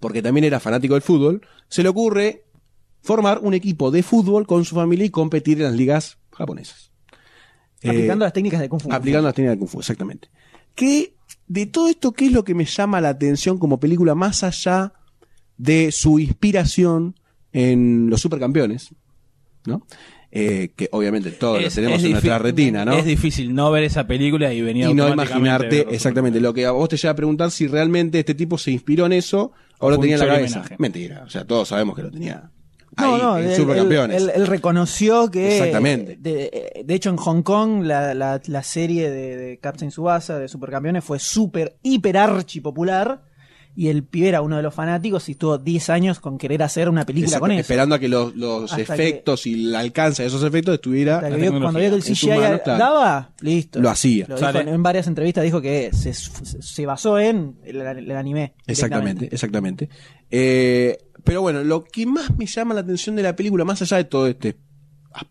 porque también era fanático del fútbol, se le ocurre formar un equipo de fútbol con su familia y competir en las ligas japonesas. básicamente. Aplicando Eh, las técnicas de kung fu. Aplicando las técnicas de Kung Fu, exactamente. Que de todo esto, ¿qué es lo que me llama la atención como película más allá de su inspiración en los supercampeones? ¿No? Eh, que obviamente todos lo tenemos en nuestra difí- retina, ¿no? Es difícil no ver esa película y venir y no automáticamente a imaginarte verlo. exactamente lo que a vos te llega a preguntar si realmente este tipo se inspiró en eso o lo Fue tenía en un la chori cabeza. homenaje. Mentira, o sea, todos sabemos que lo tenía ahí, No, no, en él, supercampeones. él- él- él reconoció que. eh, Exactamente. De, de hecho, en Hong Kong, la, la- la serie de, de Captain Subasa de Supercampeones fue súper, hiper archi popular. Y el pibe era uno de los fanáticos y estuvo 10 años con querer hacer una película Exacto, con eso. esperando a que los, los Hasta que- efectos y el alcance de esos efectos estuviera Hasta que la vio- tecnología cuando vio que el en sus CGI manos, claro. daba, listo. Lo hacía. Lo dijo Sale. en, en varias entrevistas dijo que se, se basó en el, el anime. Exactamente, exactamente. Eh, pero bueno, lo que más me llama la atención de la película, más allá de todo este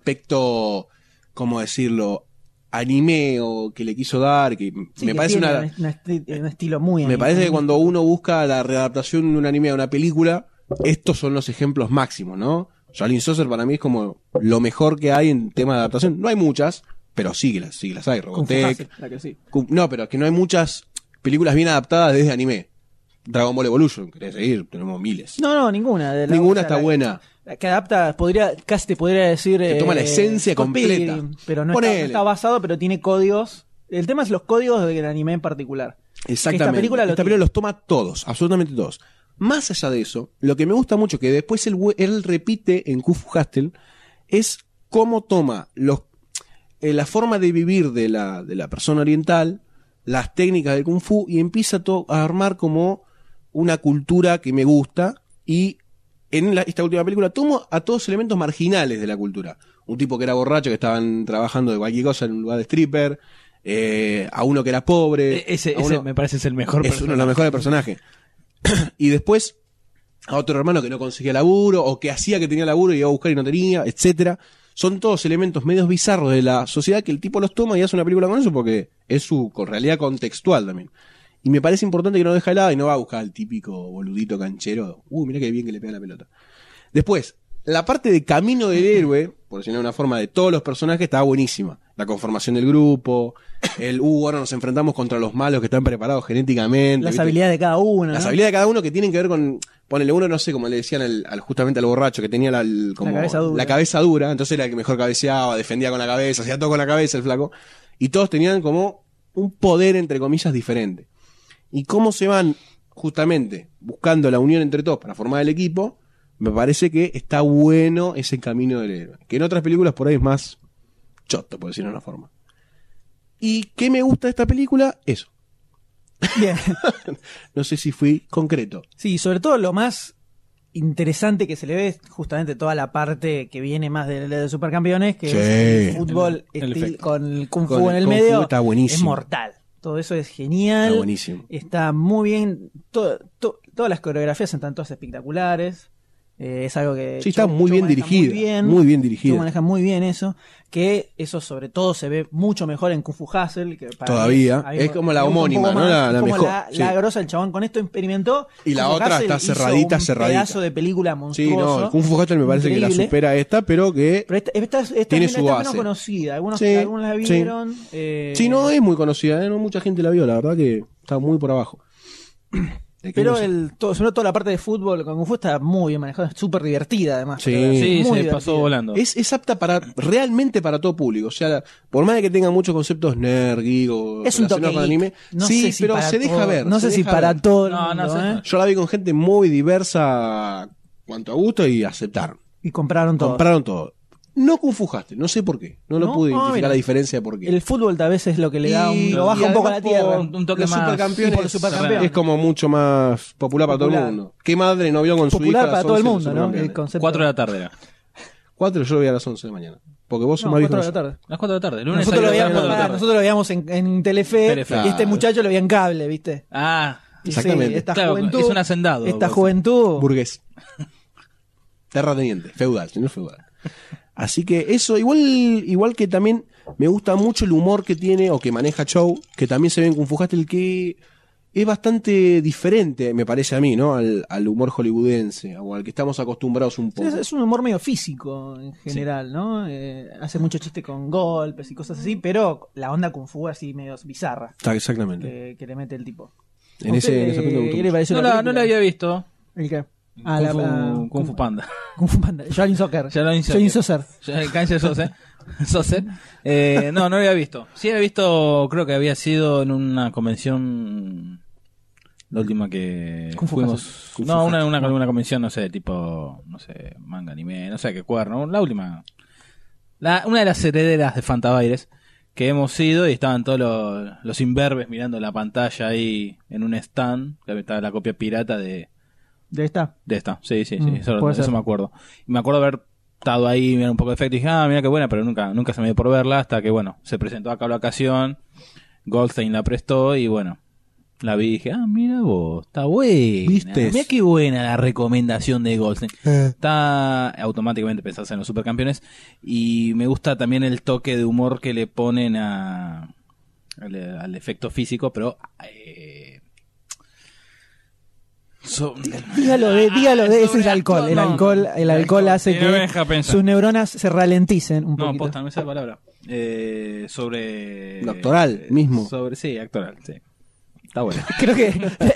directo, ¿cómo decirlo? Anime o que le quiso dar, que Sí, me que parece tiene una, un esti- un estilo muy me anime. parece que cuando uno busca la readaptación de un anime a una película, estos son los ejemplos máximos, ¿no? Jolene Saucer para mí es como lo mejor que hay en tema de adaptación. No hay muchas, pero sí que las, sí que las hay. Kung Fu Hustle, Robotech, la que sí. Cum- No, pero es que no hay muchas películas bien adaptadas desde anime. Dragon Ball Evolution, querés seguir, tenemos miles. No, no, ninguna. de la- Ninguna o sea, está la- buena. la que adapta, podría, casi te podría decir. Que toma la esencia Scott completa. Pilgrim, pero no está, Ponele. no está basado, pero tiene códigos. El tema es los códigos del anime en particular. Exactamente. Esta película lo Esta tiene. los toma todos, absolutamente todos. Más allá de eso, lo que me gusta mucho que después él, vu- él repite en Kung Fu Hustle es cómo toma los eh, la forma de vivir de la, de la persona oriental, las técnicas del kung fu y empieza to- a armar como una cultura que me gusta y en la- esta última película tomo a todos elementos marginales de la cultura. Un tipo que era borracho, que estaban trabajando de cualquier cosa en un lugar de stripper, eh, a uno que era pobre. E- ese- Eh, a uno- ese me parece es el mejor Es uno de los mejores personajes. y después a otro hermano que no conseguía laburo o que hacía que tenía laburo y iba a buscar y no tenía, etcétera. Son todos elementos medios bizarros de la sociedad que el tipo los toma y hace una película con eso porque es su con- realidad contextual también. Y me parece importante que no deja de lado y no va a buscar al típico boludito canchero. Uh, mira qué bien que le pega la pelota. Después, la parte de camino del héroe, por decirlo de una forma, de todos los personajes, estaba buenísima. La conformación del grupo, el, uh, ahora nos enfrentamos contra los malos que están preparados genéticamente. Las ¿viste? habilidades de cada uno. Las ¿no? habilidades de cada uno que tienen que ver con. Ponele uno, no sé, como le decían al, al- justamente al borracho, que tenía la, el- como La cabeza dura. la cabeza dura, entonces era el que mejor cabeceaba, defendía con la cabeza, hacía todo con la cabeza el flaco. Y todos tenían como un poder, entre comillas, diferente. Y cómo se van, justamente, buscando la unión entre todos para formar el equipo, me parece que está bueno ese camino del héroe. Que en otras películas por ahí es más choto, por decirlo de una forma. ¿Y qué me gusta de esta película? Eso. Bien. no sé si fui concreto. Sí, sobre todo lo más interesante que se le ve es justamente toda la parte que viene más de, de Supercampeones, que Sí. es el fútbol El- el estil- efecto. con el Kung Fu Con en el el Kung Fu medio. está buenísimo. Es mortal. Todo eso es genial. Está buenísimo. Está muy bien. to- to- todas las coreografías están todas espectaculares. Eh, es algo que. Sí, está Chow- muy Chow bien maneja dirigida, muy bien dirigida. Chow maneja muy bien eso. Que eso, sobre todo, se ve mucho mejor en Kung Fu Hustle. Que para mí Todavía. a mí Es me- como la me gusta un homónima, poco ¿no? más, La- la como mejor, La, sí. la grosa, el chabón con esto experimentó. Y la Kung Fu otra Hustle está hizo cerradita, un cerradita. pedazo de película monstruosa. Sí, no, el Kung Fu Hustle me parece que la increíble. supera a esta, pero que. Pero esta, esta, esta Tiene es su menos base. conocida. Algunos, Sí, algunos la sí. vieron. eh, Sí, no es muy conocida, ¿eh? no mucha gente la vio, la verdad que está muy por abajo. ¿De qué Pero cosa? el, todo, sobre todo toda la parte de fútbol con Kung Fu está muy bien manejada, es súper divertida además. Sí. Pero es muy divertida. Es, es apta para realmente para todo público. O sea, la- por más de que tenga muchos conceptos nerd, geek o Es un toque relacionados con anime, geek. No sí, sé si pero para se deja todo- ver. no se sé si deja para ver. todo el No, no mundo, sé. ¿eh? Yo la vi con gente muy diversa cuanto a gusto y aceptaron. Y compraron todo. Compraron todo. No confujaste, no sé por qué. No, lo ¿No? Ah, pude identificar mira. la diferencia de por qué. El fútbol tal vez es lo que le da un, lo baja y un poco a la además tierra. por los supercampeones Y por los supercampeones. Es como mucho más popular para todo Popular. el mundo. ¿Qué madre no vio con su hija? Popular a para las todo el 11 los mundo, ¿no? Eh, supercampeones? El concepto. Cuatro de la tarde era. Cuatro, yo lo vi a las 11 de la mañana. Porque vos No, sos más viejo. cuatro de la que yo. tarde. Las 4 de la tarde, lunes Nosotros a lo, viernes veíamos, a las cuatro de la pará, tarde. nosotros lo veíamos en, en Telefe, Telefe. y este Claro. muchacho lo veía en cable, ¿viste? Ah, Y sí, Ah. Exactamente. esta Claro, juventud, es un hacendado, Esta vos. juventud. Burgués. Terrateniente, feudal, señor feudal. Así que eso, igual, igual que también me gusta mucho el humor que tiene o que maneja Chow, que también se ve en Kung Fu Hustle, que es bastante diferente, me parece a mí, ¿no? Al, al humor hollywoodense, o al que estamos acostumbrados un Sí, poco. Es, es un humor medio físico en general, ¿no? Eh, hace mucho chiste con golpes y cosas así, pero la onda kung fu así medio bizarra Está, exactamente. que, que le mete el tipo. En ese- en ese aspecto me gustó ¿Qué le mucho. pareció No la la, no película? la había visto. ¿El qué? Ah, Kung, la- Fu, la- Kung Fu Panda. Kung Fu Panda. Shaolin Soccer. Shaolin Soccer. Soccer. Ya, el Kanji Sose. Sose. Eh, no, no lo había visto. Sí había visto, creo que había sido en una convención. La última que Kung Fu fuimos. Hustle. Kung no, Fu una, Hustle. una, una convención, no sé, tipo, no sé, manga, anime, no sé qué cuerno. La última. La, una de las herederas de Fantabaires que hemos ido y estaban todos los, los imberbes mirando la pantalla ahí en un stand. Que estaba la copia pirata de, De esta. de esta, sí, sí, sí, Mm, eso, puede eso ser. me acuerdo. Y me acuerdo haber estado ahí, mirar un poco de efecto y dije, ah, mira qué buena, pero nunca, nunca se me dio por verla hasta que, bueno, se presentó acá la ocasión, Goldstein la prestó y, bueno, la vi y dije, ah, mira vos, está buena. ¿Viste? Mira qué buena la recomendación de Goldstein. Eh, Está, automáticamente pensás en los supercampeones y me gusta también el toque de humor que le ponen a, al, al efecto físico, pero... eh, so- Dígalo de, Ah, dígalo de, ese es el alcohol. El No, alcohol, el alcohol hace Sí, no me deja que pensar. sus neuronas se ralenticen un No, poquito. posta, no es la palabra. Eh, sobre. eh, Lo actoral mismo. Sobre, sí, actoral, sí. Está bueno. Creo que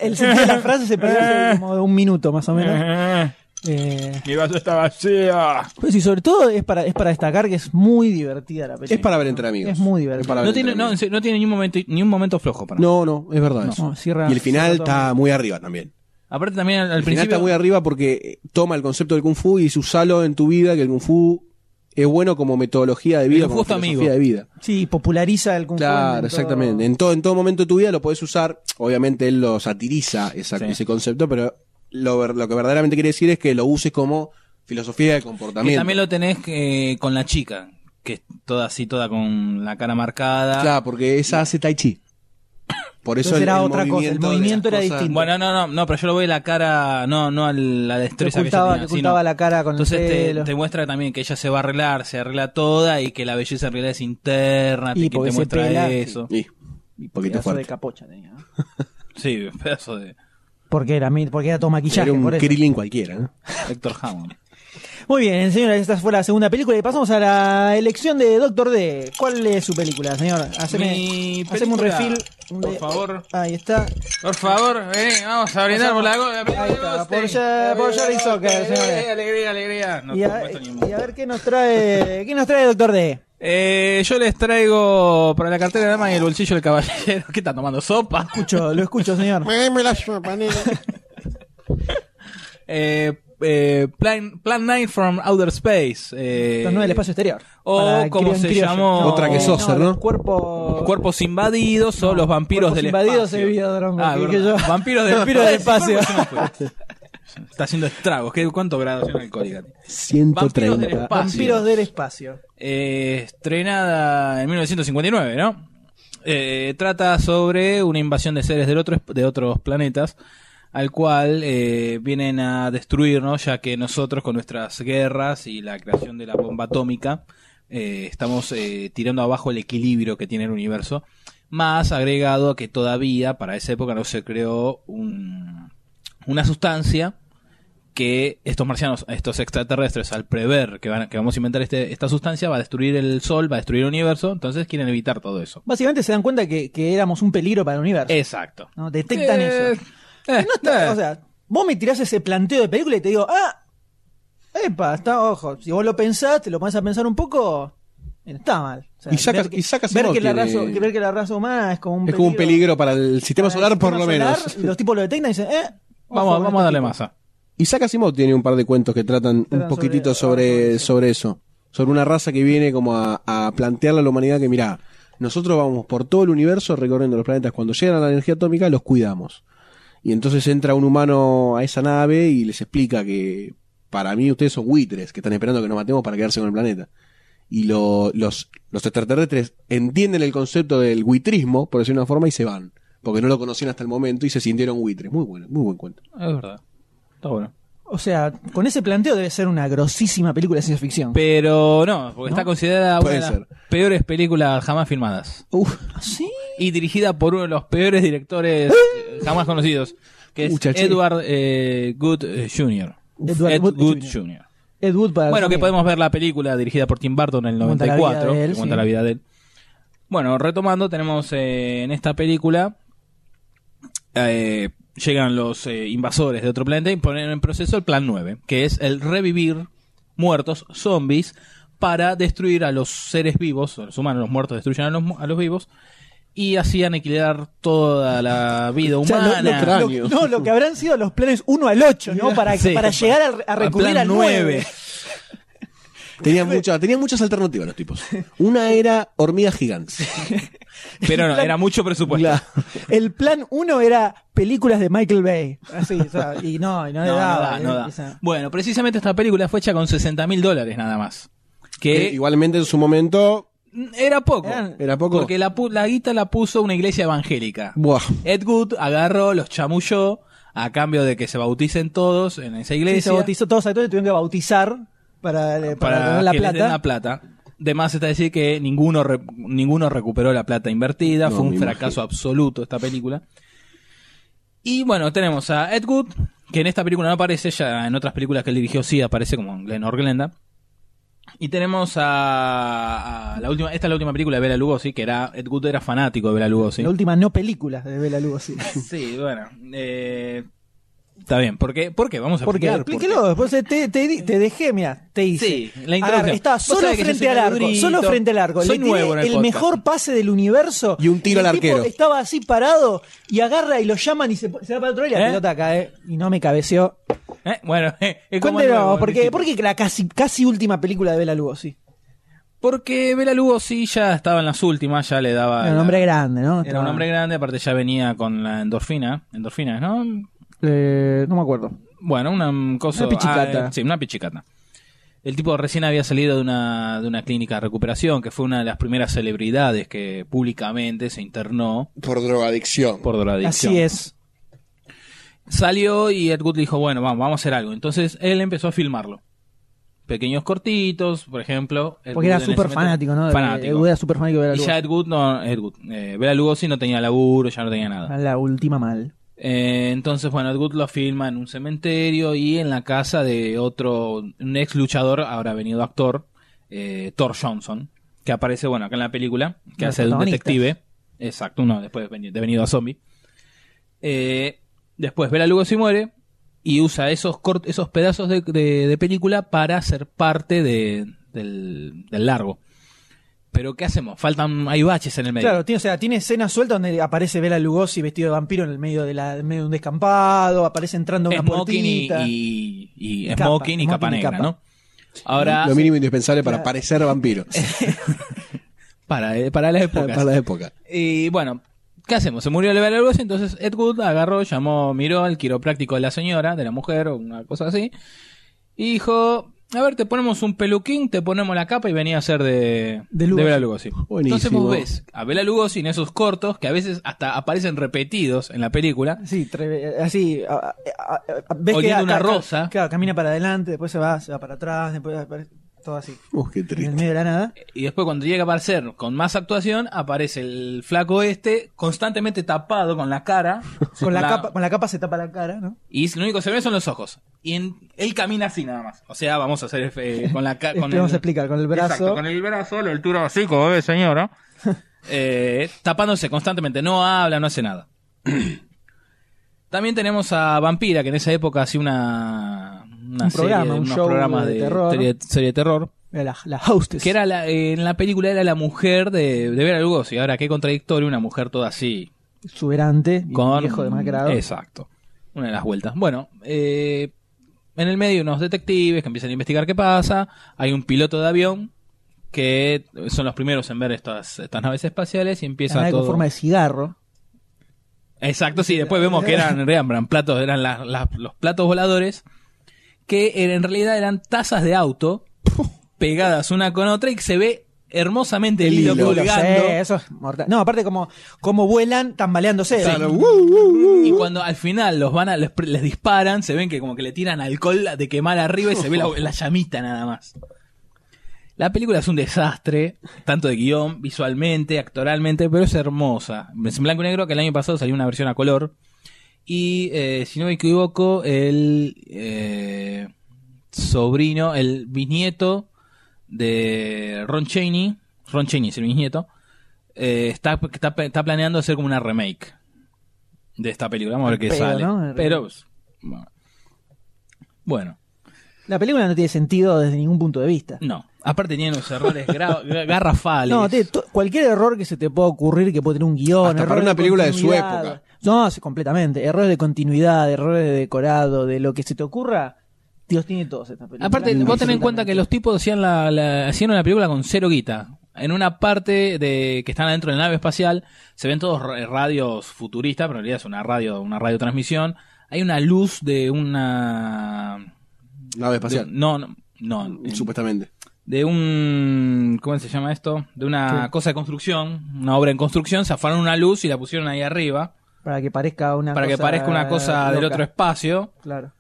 el sentido de la frase se perdió hace como un minuto más o menos. Eh, Mi vaso está vacío. pues y sobre todo es para, es para destacar que es muy divertida la película. Es para ver entre amigos. Es muy divertida. Es para ver No entre tiene, no, en serio, no tiene ni un momento, ni un momento flojo para mí. No, no, es verdad. No. eso. No, cierra- y el final cierra todo. está muy arriba también. Aparte también al, al el final principio. está muy arriba porque eh, toma el concepto del Kung Fu y dice, usalo en tu vida, que el Kung Fu es bueno como metodología de vida, El como justo filosofía amigo. de vida. Sí, populariza el Kung Fu en Claro, todo- exactamente. En todo, en todo momento de tu vida lo podés usar. Obviamente él lo satiriza esa- Sí. ese concepto, pero lo, ver- lo que verdaderamente quiere decir es que lo uses como filosofía de comportamiento. Que también lo tenés eh, con la chica, que es toda así, toda con la cara marcada. Claro, porque esa hace tai chi. Por eso el, el movimiento de las cosas- Bueno, no, no, no, pero yo lo veo la cara, no, no a la Te ocultaba, destreza que ella tenía, te ocultaba sino- la cara con Entonces el te, pelo. te muestra también que ella se va a arreglar, se arregla toda y que la belleza en realidad es interna, Y y que porque te se muestra pela. eso. Y, un poquito Pedazo fuerte. de capocha tenía. ¿no? Sí, un pedazo de Porque era, mi- porque era todo maquillaje. Era un por eso. Krillin cualquiera. ¿no? Héctor Hammond. Muy bien, señora, esta fue la segunda película y pasamos a la elección de Doctor D. ¿Cuál es su película, señor? Haceme, Mi haceme un película, refill. por favor. Ahí está. Por favor, vení, vamos a brindar por la go- Ahí está, por, Alegría, ya- por Jerry Zucker, Eh, señores. Alegría, alegría. No, Y por a, supuesto, ni- y a ver qué nos trae, qué nos trae Doctor D. Eh, yo les traigo para la cartera de dama y el bolsillo del caballero. ¿Qué está tomando sopa? Escucho, lo escucho, señor. Eh, eh, Plan, Plan 9 from Outer Space. Eh, Los nueve del espacio exterior. O Para como cri- se criollo. llamó. No, eh, ¿no? los Cuerpos, Cuerpos invadidos o los vampiros cuerpos del invadidos espacio. de Videodrome, Ah, que- verdad. que yo- Vampiros del, Vampiros del espacio. Está haciendo estragos. ¿Qué, ¿Cuántos grados en alcohólica? Vampiros del 130. espacio. Vampiros del espacio. Eh, estrenada en 1959, ¿no? Eh, trata sobre una invasión de seres del otro, de otros planetas al cual eh, vienen a destruirnos, ya que nosotros con nuestras guerras y la creación de la bomba atómica eh, estamos eh, tirando abajo el equilibrio que tiene el universo, más agregado a que todavía para esa época no se creó un- una sustancia que estos marcianos, estos extraterrestres, al prever que, van, a- que vamos a inventar este- esta sustancia, va a destruir el Sol, va a destruir el universo, entonces quieren evitar todo eso. Básicamente se dan cuenta que, que éramos un peligro para el universo. Exacto. ¿no? Detectan Eh, eso. Y no está- o sea, vos me tirás ese planteo de película y te digo, ah, epa, está, ojo, si vos lo pensás, te lo pones a pensar un poco, eh, está mal. O sea, Y sacas- ver que- y sacas ver uno que, la que- raza, que ver que la raza humana es como un Es como un peligro para el sistema para el solar, por lo sistema solar, menos. y Los tipos lo detectan y dicen, eh, ojo vamos, con vamos este a darle tipo. masa. Isaac Asimov tiene un par de cuentos que tratan un Tratan poquitito sobre, sobre, eso. Sobre una raza que viene como a, a plantearle a la humanidad que, mirá, nosotros vamos por todo el universo recorriendo los planetas. Cuando llegan a la energía atómica, los cuidamos. Y entonces entra un humano a esa nave y les explica que para mí ustedes son buitres que están esperando que nos matemos para quedarse con el planeta. Y lo- los, los extraterrestres entienden el concepto del buitrismo, por decirlo de una forma, y se van. Porque no lo conocían hasta el momento y se sintieron buitres. Muy bueno, muy buen cuento. Es verdad. Está bueno. O sea, con ese planteo debe ser una grosísima película de ciencia ficción. Pero no, porque está considerada una Puede de las ser. peores películas jamás filmadas. Uf. ¿Sí? Y dirigida por uno de los peores directores eh, jamás conocidos, que es Muchachi. Edward eh, Good eh, Jr. Edward Ed Wood Good Jr.. Jr. Ed Wood para Bueno, resumir. que podemos ver la película dirigida por Tim Burton en el Cuenta la vida 94, de él, que cuenta sí. la vida de él. Bueno, retomando, tenemos eh, en esta película eh, llegan los eh, invasores de otro planeta y ponen en proceso el plan 9, que es el revivir muertos, zombies, para destruir a los seres vivos, a los humanos, los muertos destruyen a los, mu- a los vivos, y así aniquilar toda la vida O sea, humana. lo- lo- lo- no, lo que habrán sido los planes 1 al 8, ¿no? Para, Sí. para llegar a, a recurrir plan al 9. Tenían, mucha- tenían muchas alternativas los tipos. Una era hormigas gigantes. Pero no, era mucho presupuesto. La- El plan 1 era películas de Michael Bay. Así, o sea, y no, y no le No, no daba. da, no eh, da. o sea, Bueno, precisamente esta película fue hecha con 60 mil dólares nada más. que Que igualmente en su momento era poco. Eran- Eh, era poco. Porque la, pu- la guita la puso una iglesia evangélica. Buah. Ed Good agarró, los chamulló, a cambio de que se bauticen todos en esa sí, se iglesia. bautizó, todos los actores tuvieron que bautizar para, eh, para, ganar la que les den plata. la plata. De más está decir que ninguno, re- ninguno recuperó la plata invertida. No, Fue me un fracaso absoluto esta película. Y bueno, tenemos a Ed Wood, que en esta película no aparece, ya en otras películas que él dirigió sí aparece como Glenn Glenda. Y tenemos a, a la última, esta es la última película de Bela Lugosi, que era Ed Wood era fanático de Bela Lugosi. La última no película de Bela Lugosi. Sí, bueno, eh, está bien. ¿Por qué? ¿por qué? Vamos a ¿Por qué? explicar por qué. Explíquelo. después te, te, di- te dejé, mira, te hice. Sí, la introducción. Agarra, Estaba Vos solo sabés que yo frente soy al arco, madurito. solo frente al arco. Soy Le tiré nuevo en el podcast. mejor pase del universo. Y un tiro el al tipo arquero. Estaba así parado y agarra y lo llaman y se, po- se va para otro lado y la ¿Eh? pelota cae. Y no me cabeceó. Eh, Bueno, es como Cuéntenos, nuevo, ¿por qué, Luisito. por qué la casi, casi última película de Bela Lugosi? Porque Bela Lugosi ya estaba en las últimas, ya le daba. Era un Ah, la- hombre grande, ¿no? Era un hombre grande, aparte ya venía con la endorfina. Endorfina, ¿no? Eh, no me acuerdo. Bueno, una mm, cosa. Una pichicata. ah, eh, sí, una pichicata. El tipo recién había salido de una, de una clínica de recuperación, que fue una de las primeras celebridades que públicamente se internó. Por drogadicción. Por drogadicción. Así es. Salió y Ed Wood dijo, bueno, vamos, vamos a hacer algo. Entonces él empezó a filmarlo. Pequeños cortitos, por ejemplo. Porque Ed Wood era en ese súper momento- fanático, ¿no? De- Fanático. Ed Wood era súper fanático de Bela Y ya Lugosi. Ed Wood no, Ed Wood, eh, Bela Lugosi no tenía laburo, ya no tenía nada. A La última mal. Eh, entonces, bueno, Ed Wood lo filma en un cementerio y en la casa de otro, un ex luchador, ahora venido actor, eh, Thor Johnson, que aparece, bueno, acá en la película, que Los hace de un protagonistas. detective. Exacto, uno después de veni- de venido a zombie. Eh, después Bela Lugosi muere y usa esos, cort- esos pedazos de, de- de película para ser parte de- del, del largo. Pero, ¿qué hacemos? Faltan, hay baches en el medio. Claro, tiene, o sea, tiene escenas sueltas donde aparece Bela Lugosi vestido de vampiro en el medio de, la, en medio de un descampado, aparece entrando a una smoking y, puertita. y- y- Y capa, smoking y smoking capa y negra, capa. ¿no? Ahora, Lo mínimo indispensable para Claro. parecer vampiro. para, eh, para la época. para la época. Y bueno, ¿qué hacemos? Se murió el Bela Lugosi, entonces Ed Wood agarró, llamó, miró al quiropráctico de la señora, de la mujer, o una cosa así, y dijo, a ver, te ponemos un peluquín, te ponemos la capa y venía a ser de, de, Lugosi. Bela Lugosi. Buenísimo. Entonces vos ves a Bela Lugosi en esos cortos, que a veces hasta aparecen repetidos en la película, Sí, tre- así. a- a- a- a- ves Oliendo que, una ca- ca- rosa. Claro, camina para adelante, después se va, se va para atrás, después aparece todo así. Uf, qué En el triste. medio de la nada. Y después cuando llega a aparecer con más actuación, aparece el flaco este constantemente tapado con la cara. Con la, capa, con la capa se tapa la cara, ¿no? Y lo único que se ve son los ojos. Y en- él camina así nada más. O sea, vamos a hacer eh, con la cara... Este, vamos a explicar, con el brazo. con el brazo, la altura así, como ve señora. Eh, tapándose constantemente. No habla, no hace nada. También tenemos a Vampira, que en esa época hacía una... una Un programa, un unos show programas de terror. serie- serie de terror. Era La, la hostess. Que era la- en la película era la mujer de, de Vera Lugosi. Ahora, qué contradictorio una mujer toda así. Exuberante, y Con, viejo demacrado. Exacto. Una de las vueltas. Bueno, eh, en el medio unos detectives que empiezan a investigar qué pasa. Hay un piloto de avión que son los primeros en ver estas, estas naves espaciales y Una empieza nave con todo... forma de cigarro. Exacto, sí. Después vemos que eran, eran, eran platos, eran las- las- los platos voladores que er- en realidad eran tazas de auto pegadas una con otra y que se ve hermosamente el hilo, colgando. Sí, eso es mortal. No, aparte como, como vuelan tambaleándose. Claro, Y cuando al final los van a, les, les disparan, se ven que como que le tiran alcohol de quemar arriba y se ve la, la llamita nada más. La película es un desastre, tanto de guión, visualmente, actoralmente, pero es hermosa. Es en blanco y negro que el año pasado salió una versión a color. Y eh, si no me equivoco, el eh, sobrino, el bisnieto de Ron Cheney, Ron Cheney es el bisnieto, eh, está, está, está planeando hacer como una remake de esta película. Vamos a ver qué Pero, sale. ¿no? El- Pero, pues, bueno. bueno, La película no tiene sentido desde ningún punto de vista. no. Aparte tienen unos errores gra- gra- garrafales. No, tiene to- cualquier error que se te pueda ocurrir que puede tener un guión. Hasta para errores una película de su continuidad. época. No, sí, completamente. Errores de continuidad, errores de decorado, de lo que se te ocurra. Dios tiene todos esta película. Aparte, vos tenés en cuenta que los tipos hacían la, la- hacían una película con cero guita. En una parte de que están adentro de la nave espacial, se ven todos ra- radios futuristas, pero en realidad es una radio, una radiotransmisión. Hay una luz de una Nave espacial. de- no, no, no, Supuestamente. de un ¿cómo se llama esto? De una ¿Qué? cosa de construcción, una obra en construcción, zafaron una luz y la pusieron ahí arriba Para que parezca una para que cosa parezca una cosa del loca. otro espacio. Claro.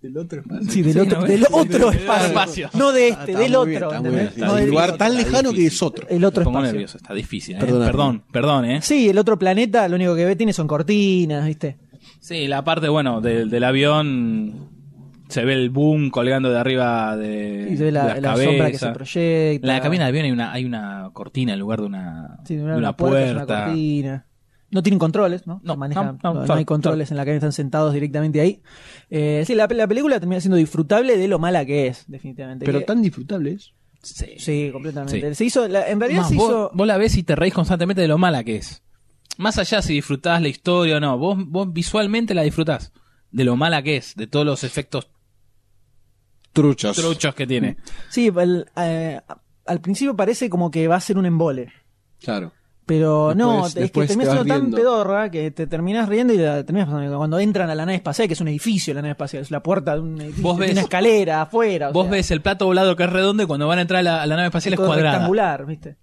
Del otro espacio. Sí, del otro, ¿no? del Sí, otro del espacio. espacio. No de Ah, este, está del muy bien, otro. está muy ¿entendés? bien, No está bien. del un lugar otro. tan lejano que es otro. El otro Me pongo espacio. nervioso, está difícil, ¿eh? Perdóname. perdón, perdón, eh. Sí, el otro planeta lo único que ve tiene son cortinas, ¿viste? Sí, la parte, bueno, del, del avión se ve el boom colgando de arriba de, Y se ve la, de las la sombra que cabezas. se proyecta. En la cabina de avión hay una, hay una cortina en lugar de una, Sí, de una, una puerta, es puerta. una cortina. No tienen controles, ¿no? No, no, no, no tal, hay controles en la cabina, están sentados directamente ahí. Eh, sí, la, la película termina siendo disfrutable de lo mala que es, definitivamente. Pero Que- tan disfrutable es. Sí, sí, completamente. Sí. Se hizo, la- en realidad Más, se vos, hizo... vos la ves y te reís constantemente de lo mala que es. Más allá si disfrutás la historia o no, vos, vos visualmente la disfrutás. De lo mala que es, de todos los efectos truchos. truchos que tiene. Sí, el, eh, al principio parece como que va a ser un embole. Claro. Pero no, Después- es que después terminás te vas siendo tan riendo. pedorra que te terminás riendo y la terminás pasando. bien. Cuando entran a la nave espacial, que es un edificio la nave espacial, es la puerta de un edificio, Vos tiene ves- una escalera afuera. o Vos sea, ves el plato volado que es redondo y cuando van a entrar a la, a la nave espacial es todo cuadrada. rectangular, ¿viste?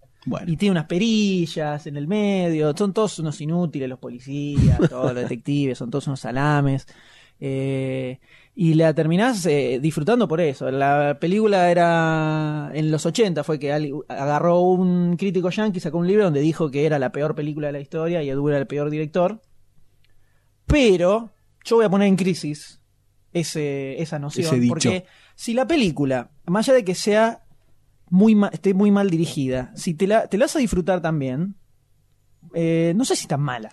Y tiene unas perillas en el medio, son todos unos inútiles los policías, todos los detectives, son todos unos salames. Eh, y la terminás eh, disfrutando por eso. La película era en los 80, fue que al- agarró un crítico yankee, sacó un libro donde dijo que era la peor película de la historia y Edu era el peor director. Pero yo voy a poner en crisis ese, esa noción, Ese dicho. porque si la película, más allá de que sea muy ma- esté muy mal dirigida, si te la, te la vas a disfrutar también, eh, no sé si tan mala.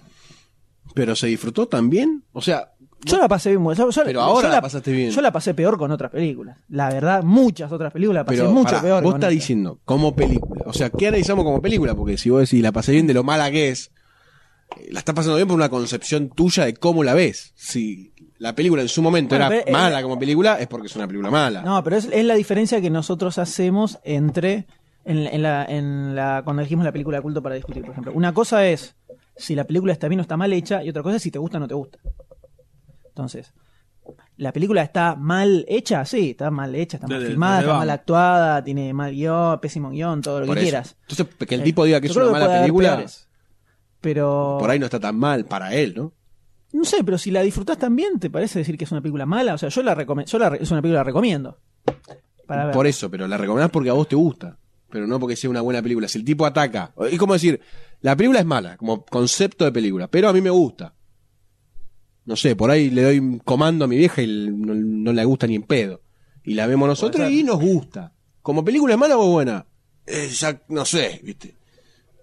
Pero se disfrutó también. O sea, Yo la pasé bien. yo- yo- Pero ahora yo la pasaste bien. Yo la pasé peor con otras películas. La verdad, muchas otras películas la pasé pero mucho pará, peor. vos con estás esta. diciendo como película. O sea, ¿qué analizamos como película? Porque si vos decís la pasé bien de lo mala que es, eh, la estás pasando bien por una concepción tuya de cómo la ves. Si la película en su momento Bueno, era pero, eh, mala como película, es porque es una película mala. No, pero es, es la diferencia que nosotros hacemos entre. En, la- en la, en la- cuando elegimos la película de culto para discutir, por ejemplo. Una cosa es si la película está bien o está mal hecha, y otra cosa es si te gusta o no te gusta. Entonces, ¿la película está mal hecha? Sí, está mal hecha, está mal Desde- filmada, desde está vamos. mal actuada, tiene mal guión, pésimo guión, todo lo Por que eso. quieras. Entonces, que el Eh, tipo diga que yo es creo que una puede mala haber película, peores. Pero. por ahí no está tan mal para él, ¿no? No sé, pero si la disfrutás también, ¿te parece decir que es una película mala? O sea, yo la recomiendo. Yo la re- es una película que la recomiendo. Para ver. Por eso, pero la recomendás porque a vos te gusta, pero no porque sea una buena película. Si el tipo ataca, es como decir, la película es mala, como concepto de película, pero a mí me gusta. No sé, por ahí le doy un comando a mi vieja y l- no, no le gusta ni en pedo. Y la vemos nosotros y nos gusta. Como película es mala o buena, Eh, ya no sé, ¿viste?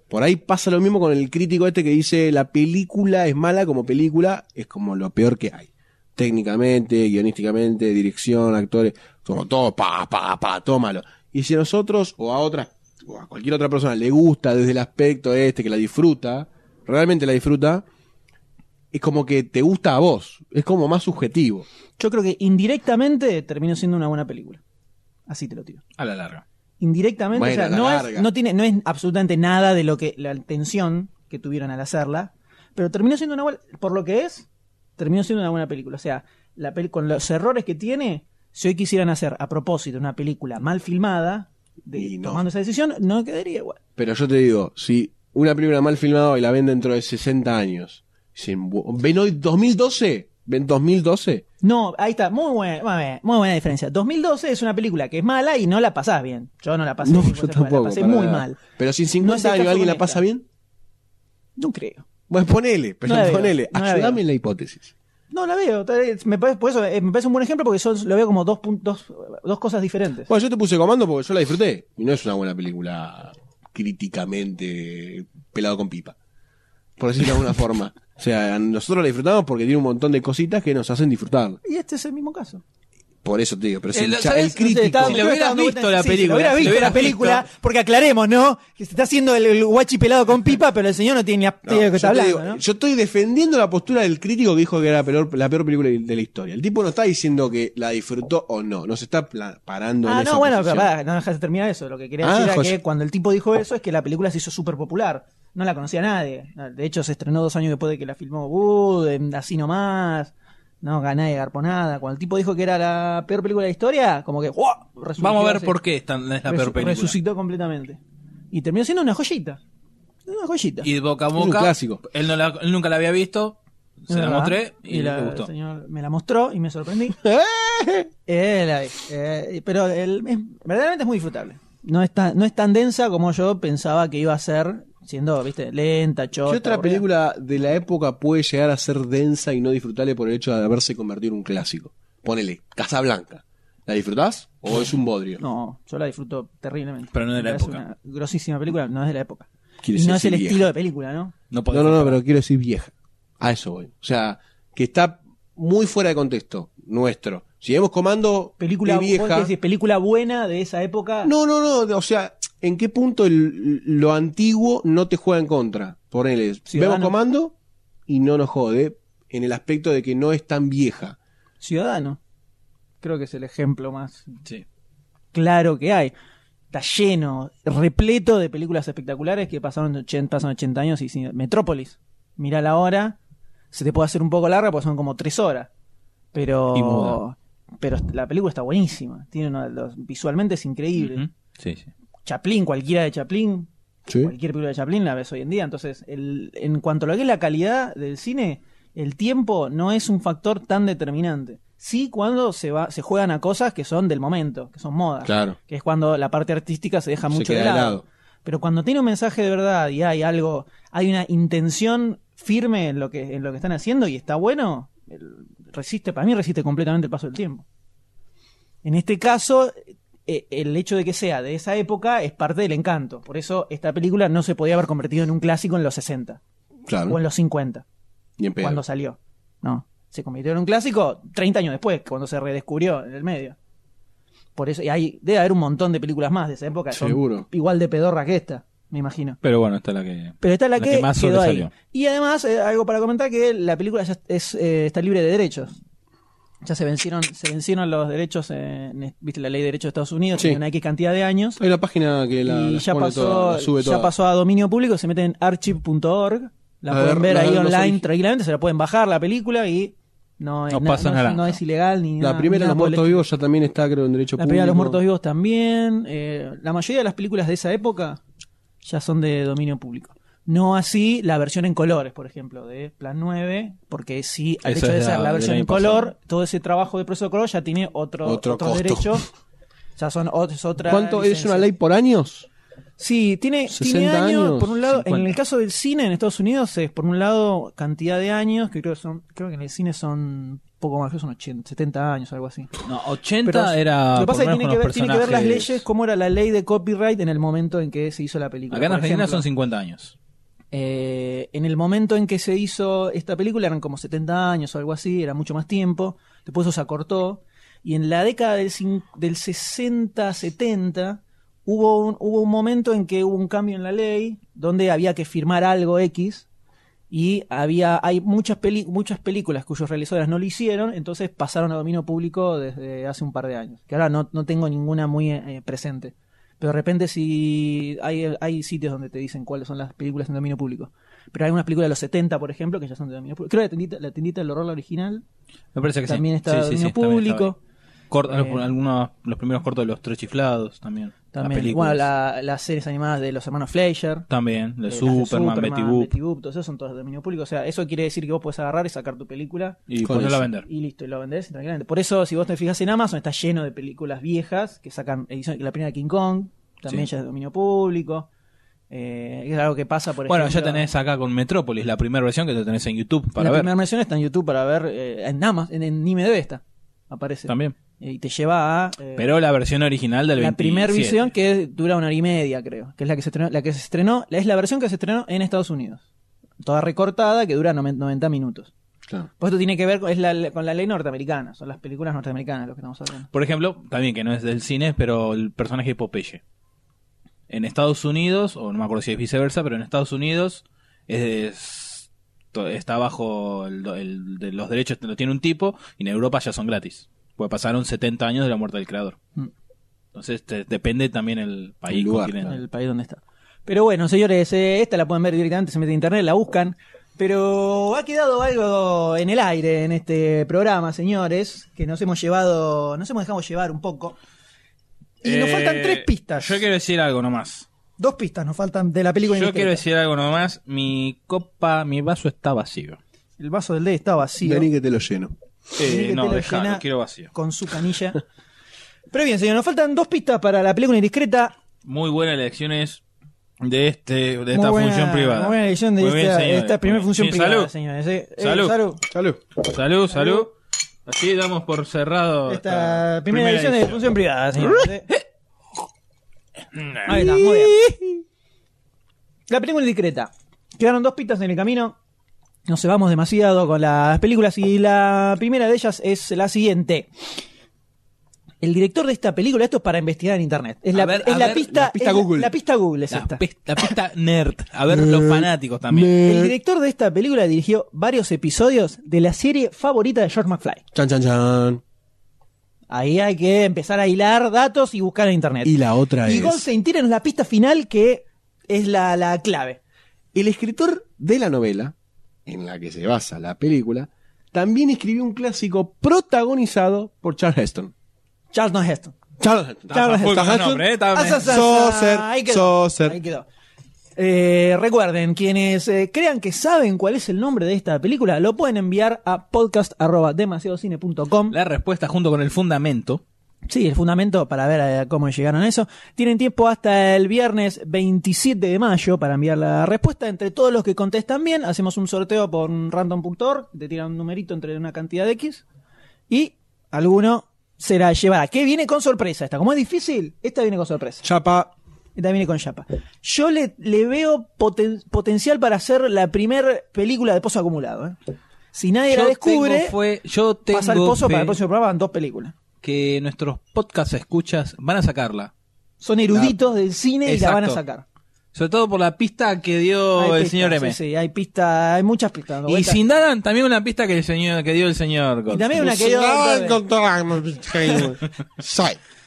Por ahí pasa lo mismo con el crítico este que dice la película es mala como película, es como lo peor que hay. Técnicamente, guionísticamente, dirección, actores, como todo, pa, pa, pa, tómalo. Y si a nosotros o a otras, o a cualquier otra persona le gusta desde el aspecto este, que la disfruta, realmente la disfruta, es como que te gusta a vos, es como más subjetivo. Yo creo que indirectamente terminó siendo una buena película. Así te lo tiro. A la larga. Indirectamente, Bueno, o sea, a la no, es, larga. no tiene, no es absolutamente nada de lo que la tensión que tuvieron al hacerla, pero terminó siendo una buena, por lo que es, terminó siendo una buena película. O sea, la peli- con los errores que tiene, si hoy quisieran hacer a propósito una película mal filmada, de, tomando esa decisión, no quedaría igual. Pero yo te digo, si una película mal filmada hoy la ven dentro de 60 años, dicen, "Bu- ven hoy 2012, ven 2012, No, ahí está, muy buena, muy buena- muy buena diferencia. 2012 es una película que es mala y no la pasás bien. Yo no la pasé No, bien, yo pues, tampoco. la pasé para muy nada. mal. Pero si en No es 50 el años caso alguien con la esta. pasa bien, No creo. bueno, ponele, pero No la veo, ponele, no la ayúdame veo. en la hipótesis. No la veo. tal vez- Me parece, por eso eh, me parece un buen ejemplo porque yo lo veo como dos, pun- dos, dos cosas diferentes. Bueno, yo te puse comando porque yo la disfruté. Y no es una buena película críticamente pelado con pipa. Por decirlo de alguna forma. O sea, nosotros la disfrutamos porque tiene un montón de cositas que nos hacen disfrutarla. Y este es el mismo caso. Por eso te digo, pero si el, Eh, cha- ¿sabes? el crítico... No sé, estaba- Si lo hubieras estaba dando visto vueltas- sí, la si película, lo hubieras si lo visto hubieras la película, porque aclaremos, ¿no? Que se está haciendo el, el guachi pelado con pipa, pero el señor no tiene ni a No, idea de lo yo, que está te hablando, digo, ¿no? yo estoy defendiendo la postura del crítico que dijo que era la peor, la peor película de la historia. El tipo no está diciendo que la disfrutó o no. Nos está pla- parando en Ah, esa no, bueno, pero posición. pará, no dejas de terminar eso. Lo que quería Ah, decir era José. que cuando el tipo dijo eso es que la película se hizo súper popular. No la conocía nadie. De hecho, se estrenó dos años después de que la filmó Wood, en así nomás. No, ganá y garponada. Cuando el tipo dijo que era la peor película de la historia, como que ¡guau! resurgió Vamos a ver así. por qué es, tan- es la Resu- peor película. Resucitó completamente. Y terminó siendo una joyita. Una joyita. Y de boca a un boca. clásico. Él, no la- él nunca la había visto. Se Es la verdad. mostré y, le la- gustó. El señor me la mostró y me sorprendí. Eh, la vi. Eh, pero el- es- verdaderamente es muy disfrutable. No es, tan, no es tan densa como yo pensaba que iba a ser, siendo, viste, lenta, chota. ¿Qué otra aburrida. película de la época puede llegar a ser densa y no disfrutable por el hecho de haberse convertido en un clásico? Ponele, Casablanca. ¿La disfrutás o es un bodrio? No, yo la disfruto terriblemente. Pero no es de Me la parece época. Una grosísima película, no es de la época. Quiere Y decir, no es sí, el vieja. estilo de película, ¿no? No, no, no, pero quiero decir vieja. A eso voy. O sea, que está muy fuera de contexto nuestro. Si vemos comando Película, de vos vieja. decís, película buena de esa época. No, no, no. O sea, ¿en qué punto el- lo antiguo no te juega en contra? Ponele, Ciudadanos. vemos comando y no nos jode en el aspecto de que no es tan vieja. Ciudadano. creo que es el ejemplo más Sí. claro que hay. Está lleno, repleto de películas espectaculares que pasaron 80, pasan 80 años y sin... Metrópolis. Mirá la hora, se te puede hacer un poco larga porque son como tres horas. Y Pero, muda. pero la película está buenísima. Tiene uno de los- visualmente es increíble. Ujú. Sí, sí. Chaplin, cualquiera de Chaplin, Sí. cualquier película de Chaplin la ves hoy en día. Entonces, el, en cuanto a lo que es la calidad del cine, el tiempo no es un factor tan determinante. Sí, cuando se va, se juegan a cosas que son del momento, que son modas. Claro. Que es cuando la parte artística se deja Se mucho queda de de lado. lado. Pero cuando tiene un mensaje de verdad y hay algo, hay una intención firme en lo que, en lo que están haciendo y está bueno, el- resiste, para mí resiste completamente el paso del tiempo. En este caso, eh, el hecho de que sea de esa época es parte del encanto. Por eso esta película no se podía haber convertido en un clásico en los 60 o Claro. en los 50, Y en pedo. cuando salió. No, se convirtió en un clásico 30 años después, cuando se redescubrió en el medio. Por eso, y hay, debe haber un montón de películas más de esa época. son Seguro. Igual de pedorra que esta, me imagino. Pero bueno, esta es la que. Pero está la, La que, que más quedó ahí. sobresalió. Y además, eh, algo para comentar que la película ya es, eh, está libre de derechos. Ya se vencieron, se vencieron los derechos, eh, en- viste la ley de derechos de Estados Unidos, Sí. tiene una X cantidad de años. Hay una página que la, y la ya pone pasó, toda, la sube ya toda. pasó a dominio público, se meten en archive.org, la A pueden ver, ver la- ahí los online orig- tranquilamente, se la pueden bajar la película y no es, No na- pasa no es- naranja. no es ilegal ni La nada- primera de nada los por el muertos vivos ya también está, creo, en derecho la público. pelea de los muertos vivos también. eh, la mayoría de las películas de esa época ya son de dominio público. No así la versión en colores, por ejemplo, de Plan 9, porque sí, al Esa hecho de es la ser la del versión año en color, pasado. todo ese trabajo de proceso de color ya tiene otro, Otro otro, costo. derecho. Ya son ot- es otra. ¿Cuánto es licencia. una ley por años? Sí, tiene, 60 tiene años, años, por un lado, 50. en el caso del cine en Estados Unidos es por un lado cantidad de años, que creo que son, creo que en el cine son poco más, creo que son 80, 70 años, algo así. No, 80 Pero era. Lo que pasa es por que tiene lo menos que, con ver, los tiene que ver las personajes. leyes, cómo era la ley de copyright en el momento en que se hizo la película. Acá en Por Argentina ejemplo, son 50 años. eh, en el momento en que se hizo esta película eran como 70 años o algo así, era mucho más tiempo. Después eso se acortó. Y en la década del, cin- del 60, 70, hubo un, hubo un momento en que hubo un cambio en la ley donde había que firmar algo X. Y había, hay muchas, peli- muchas películas cuyos realizadoras no lo hicieron, entonces pasaron a dominio público desde hace un par de años. Que ahora no, no tengo ninguna muy eh, presente. Pero de repente si hay, hay sitios donde te dicen cuáles son las películas en dominio público. Pero hay unas películas de los 70, por ejemplo, que ya son de dominio público. Creo que la tendita, la tendita del horror la original Me parece que sí. también está Sí, de sí, sí, dominio también estaba público. ahí. Cort- Eh, algu- algunos, los primeros cortos de los tres chiflados también. También, Las películas. bueno, la- las series animadas de los hermanos Fleischer. También, eh, de las de Superman, Betty Boop. Betty Boop, todos esos son todos de dominio público. O sea, eso quiere decir que vos puedes agarrar y sacar tu película Y Con ponerla a eso. vender. Y listo, y lo vendés tranquilamente. Por eso, si vos te fijas en Amazon, está lleno de películas viejas que sacan edición. La primera de King Kong, también Sí. ya es de dominio público. Eh, es algo que pasa por Bueno, ejemplo, ya tenés acá con Metrópolis la primera versión que te tenés en YouTube para la ver. primera versión está en YouTube para ver. eh, en Amazon, en, en IMDb está. Aparece. También. Eh, Y te lleva a. eh, Pero la versión original del la 27. primera versión que dura una hora y media, creo. Que es la que se estrenó. La que se estrenó es la versión que se estrenó en Estados Unidos. Toda recortada, que dura noven- 90 minutos. Claro. Pues esto tiene que ver con, es la- con la ley norteamericana. Son las películas norteamericanas lo que estamos hablando. Por ejemplo, también que no es del cine, pero el personaje de Popeye. En Estados Unidos, o no me acuerdo si es viceversa, pero en Estados Unidos es- to- está bajo el do- el de los derechos, lo tiene un tipo, y en Europa ya son gratis. Pues pasaron 70 años de la muerte del creador. Mm. Entonces te- depende también el país, El lugar, continente. el país donde está. Pero bueno, señores, eh, esta la pueden ver directamente, se meten en internet, la buscan. Pero ha quedado algo en el aire en este programa, señores, que nos hemos llevado, nos hemos dejado llevar un poco. Y nos Eh, faltan tres pistas. Yo quiero decir algo nomás. Dos pistas nos faltan de la película. Yo indiscreta. quiero decir algo nomás. Mi copa, mi vaso está vacío. El vaso del D está vacío, Vení que te lo lleno. Vení que Eh, te no, lo dejalo, llena. quiero vacío. con su canilla. Pero bien, señor, nos faltan dos pistas para la película indiscreta. Muy buenas elecciones de este de Muy esta buena- función privada. muy buena elección de Muy bien, esta, señores. esta primera Muy función bien. Sí, privada, salud. señores. eh. Eh, Salud. salud. Salud. Salud, salud. Así damos por cerrado Esta primera, edición de Función Privada, señor. Ahí está, muy bien. La película discreta. Quedaron dos pistas en el camino. Nos cebamos demasiado con las películas y la primera de ellas es la siguiente. El director de esta película, esto es para investigar en internet. Es A la, ver, es a la ver, pista, la pista es la- Google. la pista Google es La, esta. pes- la pista nerd. A ver, los fanáticos también. El director de esta película dirigió varios episodios de la serie favorita de George McFly. Chan, chan, chan. Ahí hay que empezar a hilar datos y buscar en internet. Y la otra Y es- Goldstein, tírenos la pista final que es la, la clave. El escritor de la novela, en la que se basa la película, también escribió un clásico protagonizado por Charles Heston. Charles no Heston. Charles Heston. Charles Heston. Charles Heston. nombre, eh, está- Ah, sa, sa, sa. Saucer, Ahí quedó. Saucer. Ahí quedó. Eh, recuerden, quienes eh, crean que saben cuál es el nombre de esta película, lo pueden enviar a podcast.demasiadocine.com. La respuesta junto con el fundamento. Sí, el fundamento para ver eh, cómo llegaron a eso. Tienen tiempo hasta el viernes 27 de mayo para enviar la respuesta. Entre todos los que contestan bien, hacemos un sorteo por un random.org, te tiran un numerito entre una cantidad de X y alguno será llevará. Que viene con sorpresa esta. Como es difícil, esta viene con sorpresa. Chapa. Esta viene con chapa. Yo le, le veo poten- potencial para hacer la primer película de pozo acumulado. ¿eh? Si nadie Yo la descubre, tengo fue, yo tengo pasa el pozo fe para el próximo programa en dos películas. que nuestros podcast escuchas van a sacarla. Son eruditos del cine y la van a Exacto. sacar. Sobre todo por la pista que dio Hay el pistas, señor M. Sí, sí, hay pistas, hay muchas pistas. dando Y vueltas. si nadan, también una pista que, el señor, que dio el señor Y Gold. también una que yo-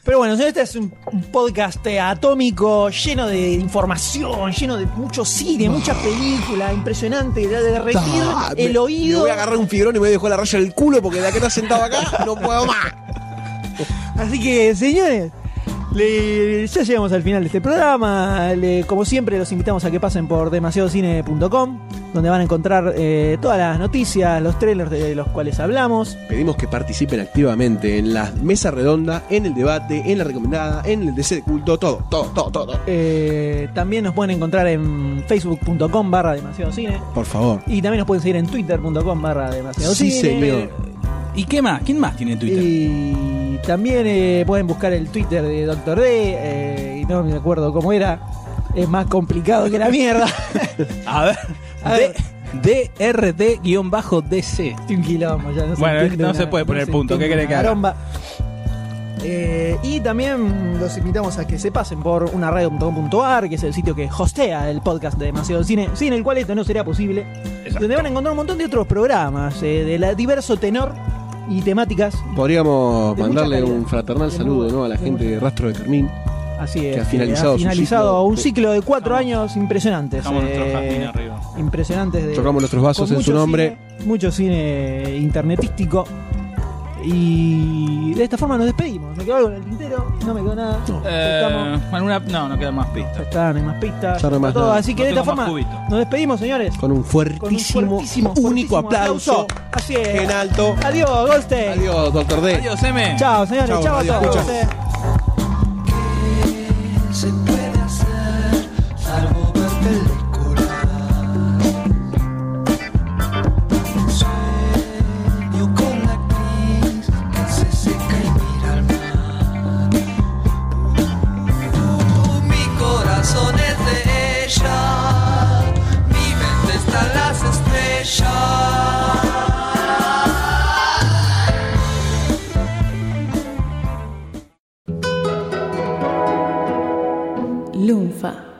Pero bueno, señor, este es un un podcast eh, atómico, lleno de información, lleno de mucho cine, muchas películas, impresionante, de de derretir Ah, me- el Me oído. voy a agarrar un fibrón y me voy a dejar la raya del culo porque de que está sentado acá no puedo más. Así que, señores, le- ya llegamos al final de este programa. Le- como siempre, los invitamos a que pasen por demasiadocine.com, donde van a encontrar eh, todas las noticias, los trailers de los cuales hablamos. Pedimos que participen activamente en la mesa redonda, en el debate, en la recomendada, en el DC de culto, todo, todo, todo, todo. Eh, también nos pueden encontrar en facebook.com barra demasiado cine. Por favor. Y también nos pueden seguir en twitter.com barra demasiado Sí, cine. señor. ¿Y qué más? ¿Quién más tiene Twitter? Y también eh, pueden buscar el Twitter de Doctor D, eh, y no me acuerdo cómo era. Es más complicado que la mierda. A ver, A ver. D- DRD-DC. Estoy un quilombo, ya no se Bueno, entiende no una- se puede poner punto, ¿qué entiende querés que una haga? garomba. Eh, y también los invitamos a que se pasen por una radio.com.ar, que es el sitio que hostea el podcast de Demasiado Cine, sin el cual esto no sería posible. Donde van a encontrar un montón de otros programas eh, de la- diverso tenor y temáticas. Podríamos De mandarle mucha calidad. un fraternal De saludo muy- ¿no? a la de gente mucha- de Rastro de Carmín. Así es. Que ha eh, finalizado su ciclo. un ciclo de cuatro años impresionantes. eh, Dejamos nuestro jazmín arriba. impresionantes. de- Chocamos nuestros vasos con en su mucho nombre. cine, mucho cine internetístico. Y de esta forma nos despedimos. Me quedó algo en el tintero, no me quedó nada. Eh, Estamos- alguna- no, no queda más ya pistas. está, no hay más pistas. Ya no hay está más todo. nada. Así que No de esta tengo forma más cubito. nos despedimos, señores. Con Con un un fuertísimo, fuertísimo, único fuertísimo aplauso. Así es. En alto. Adiós, Goldstein. Adiós, doctor D. Adiós, M. Chao, señores. Chao, Chao, a adiós, todos. eh. escucha. se puede hacer salvo ver película. Sueño con la actriz que se seca y mira al mar. Uh, mi corazón es de ella, mi mente está en las estrellas. Lunfa.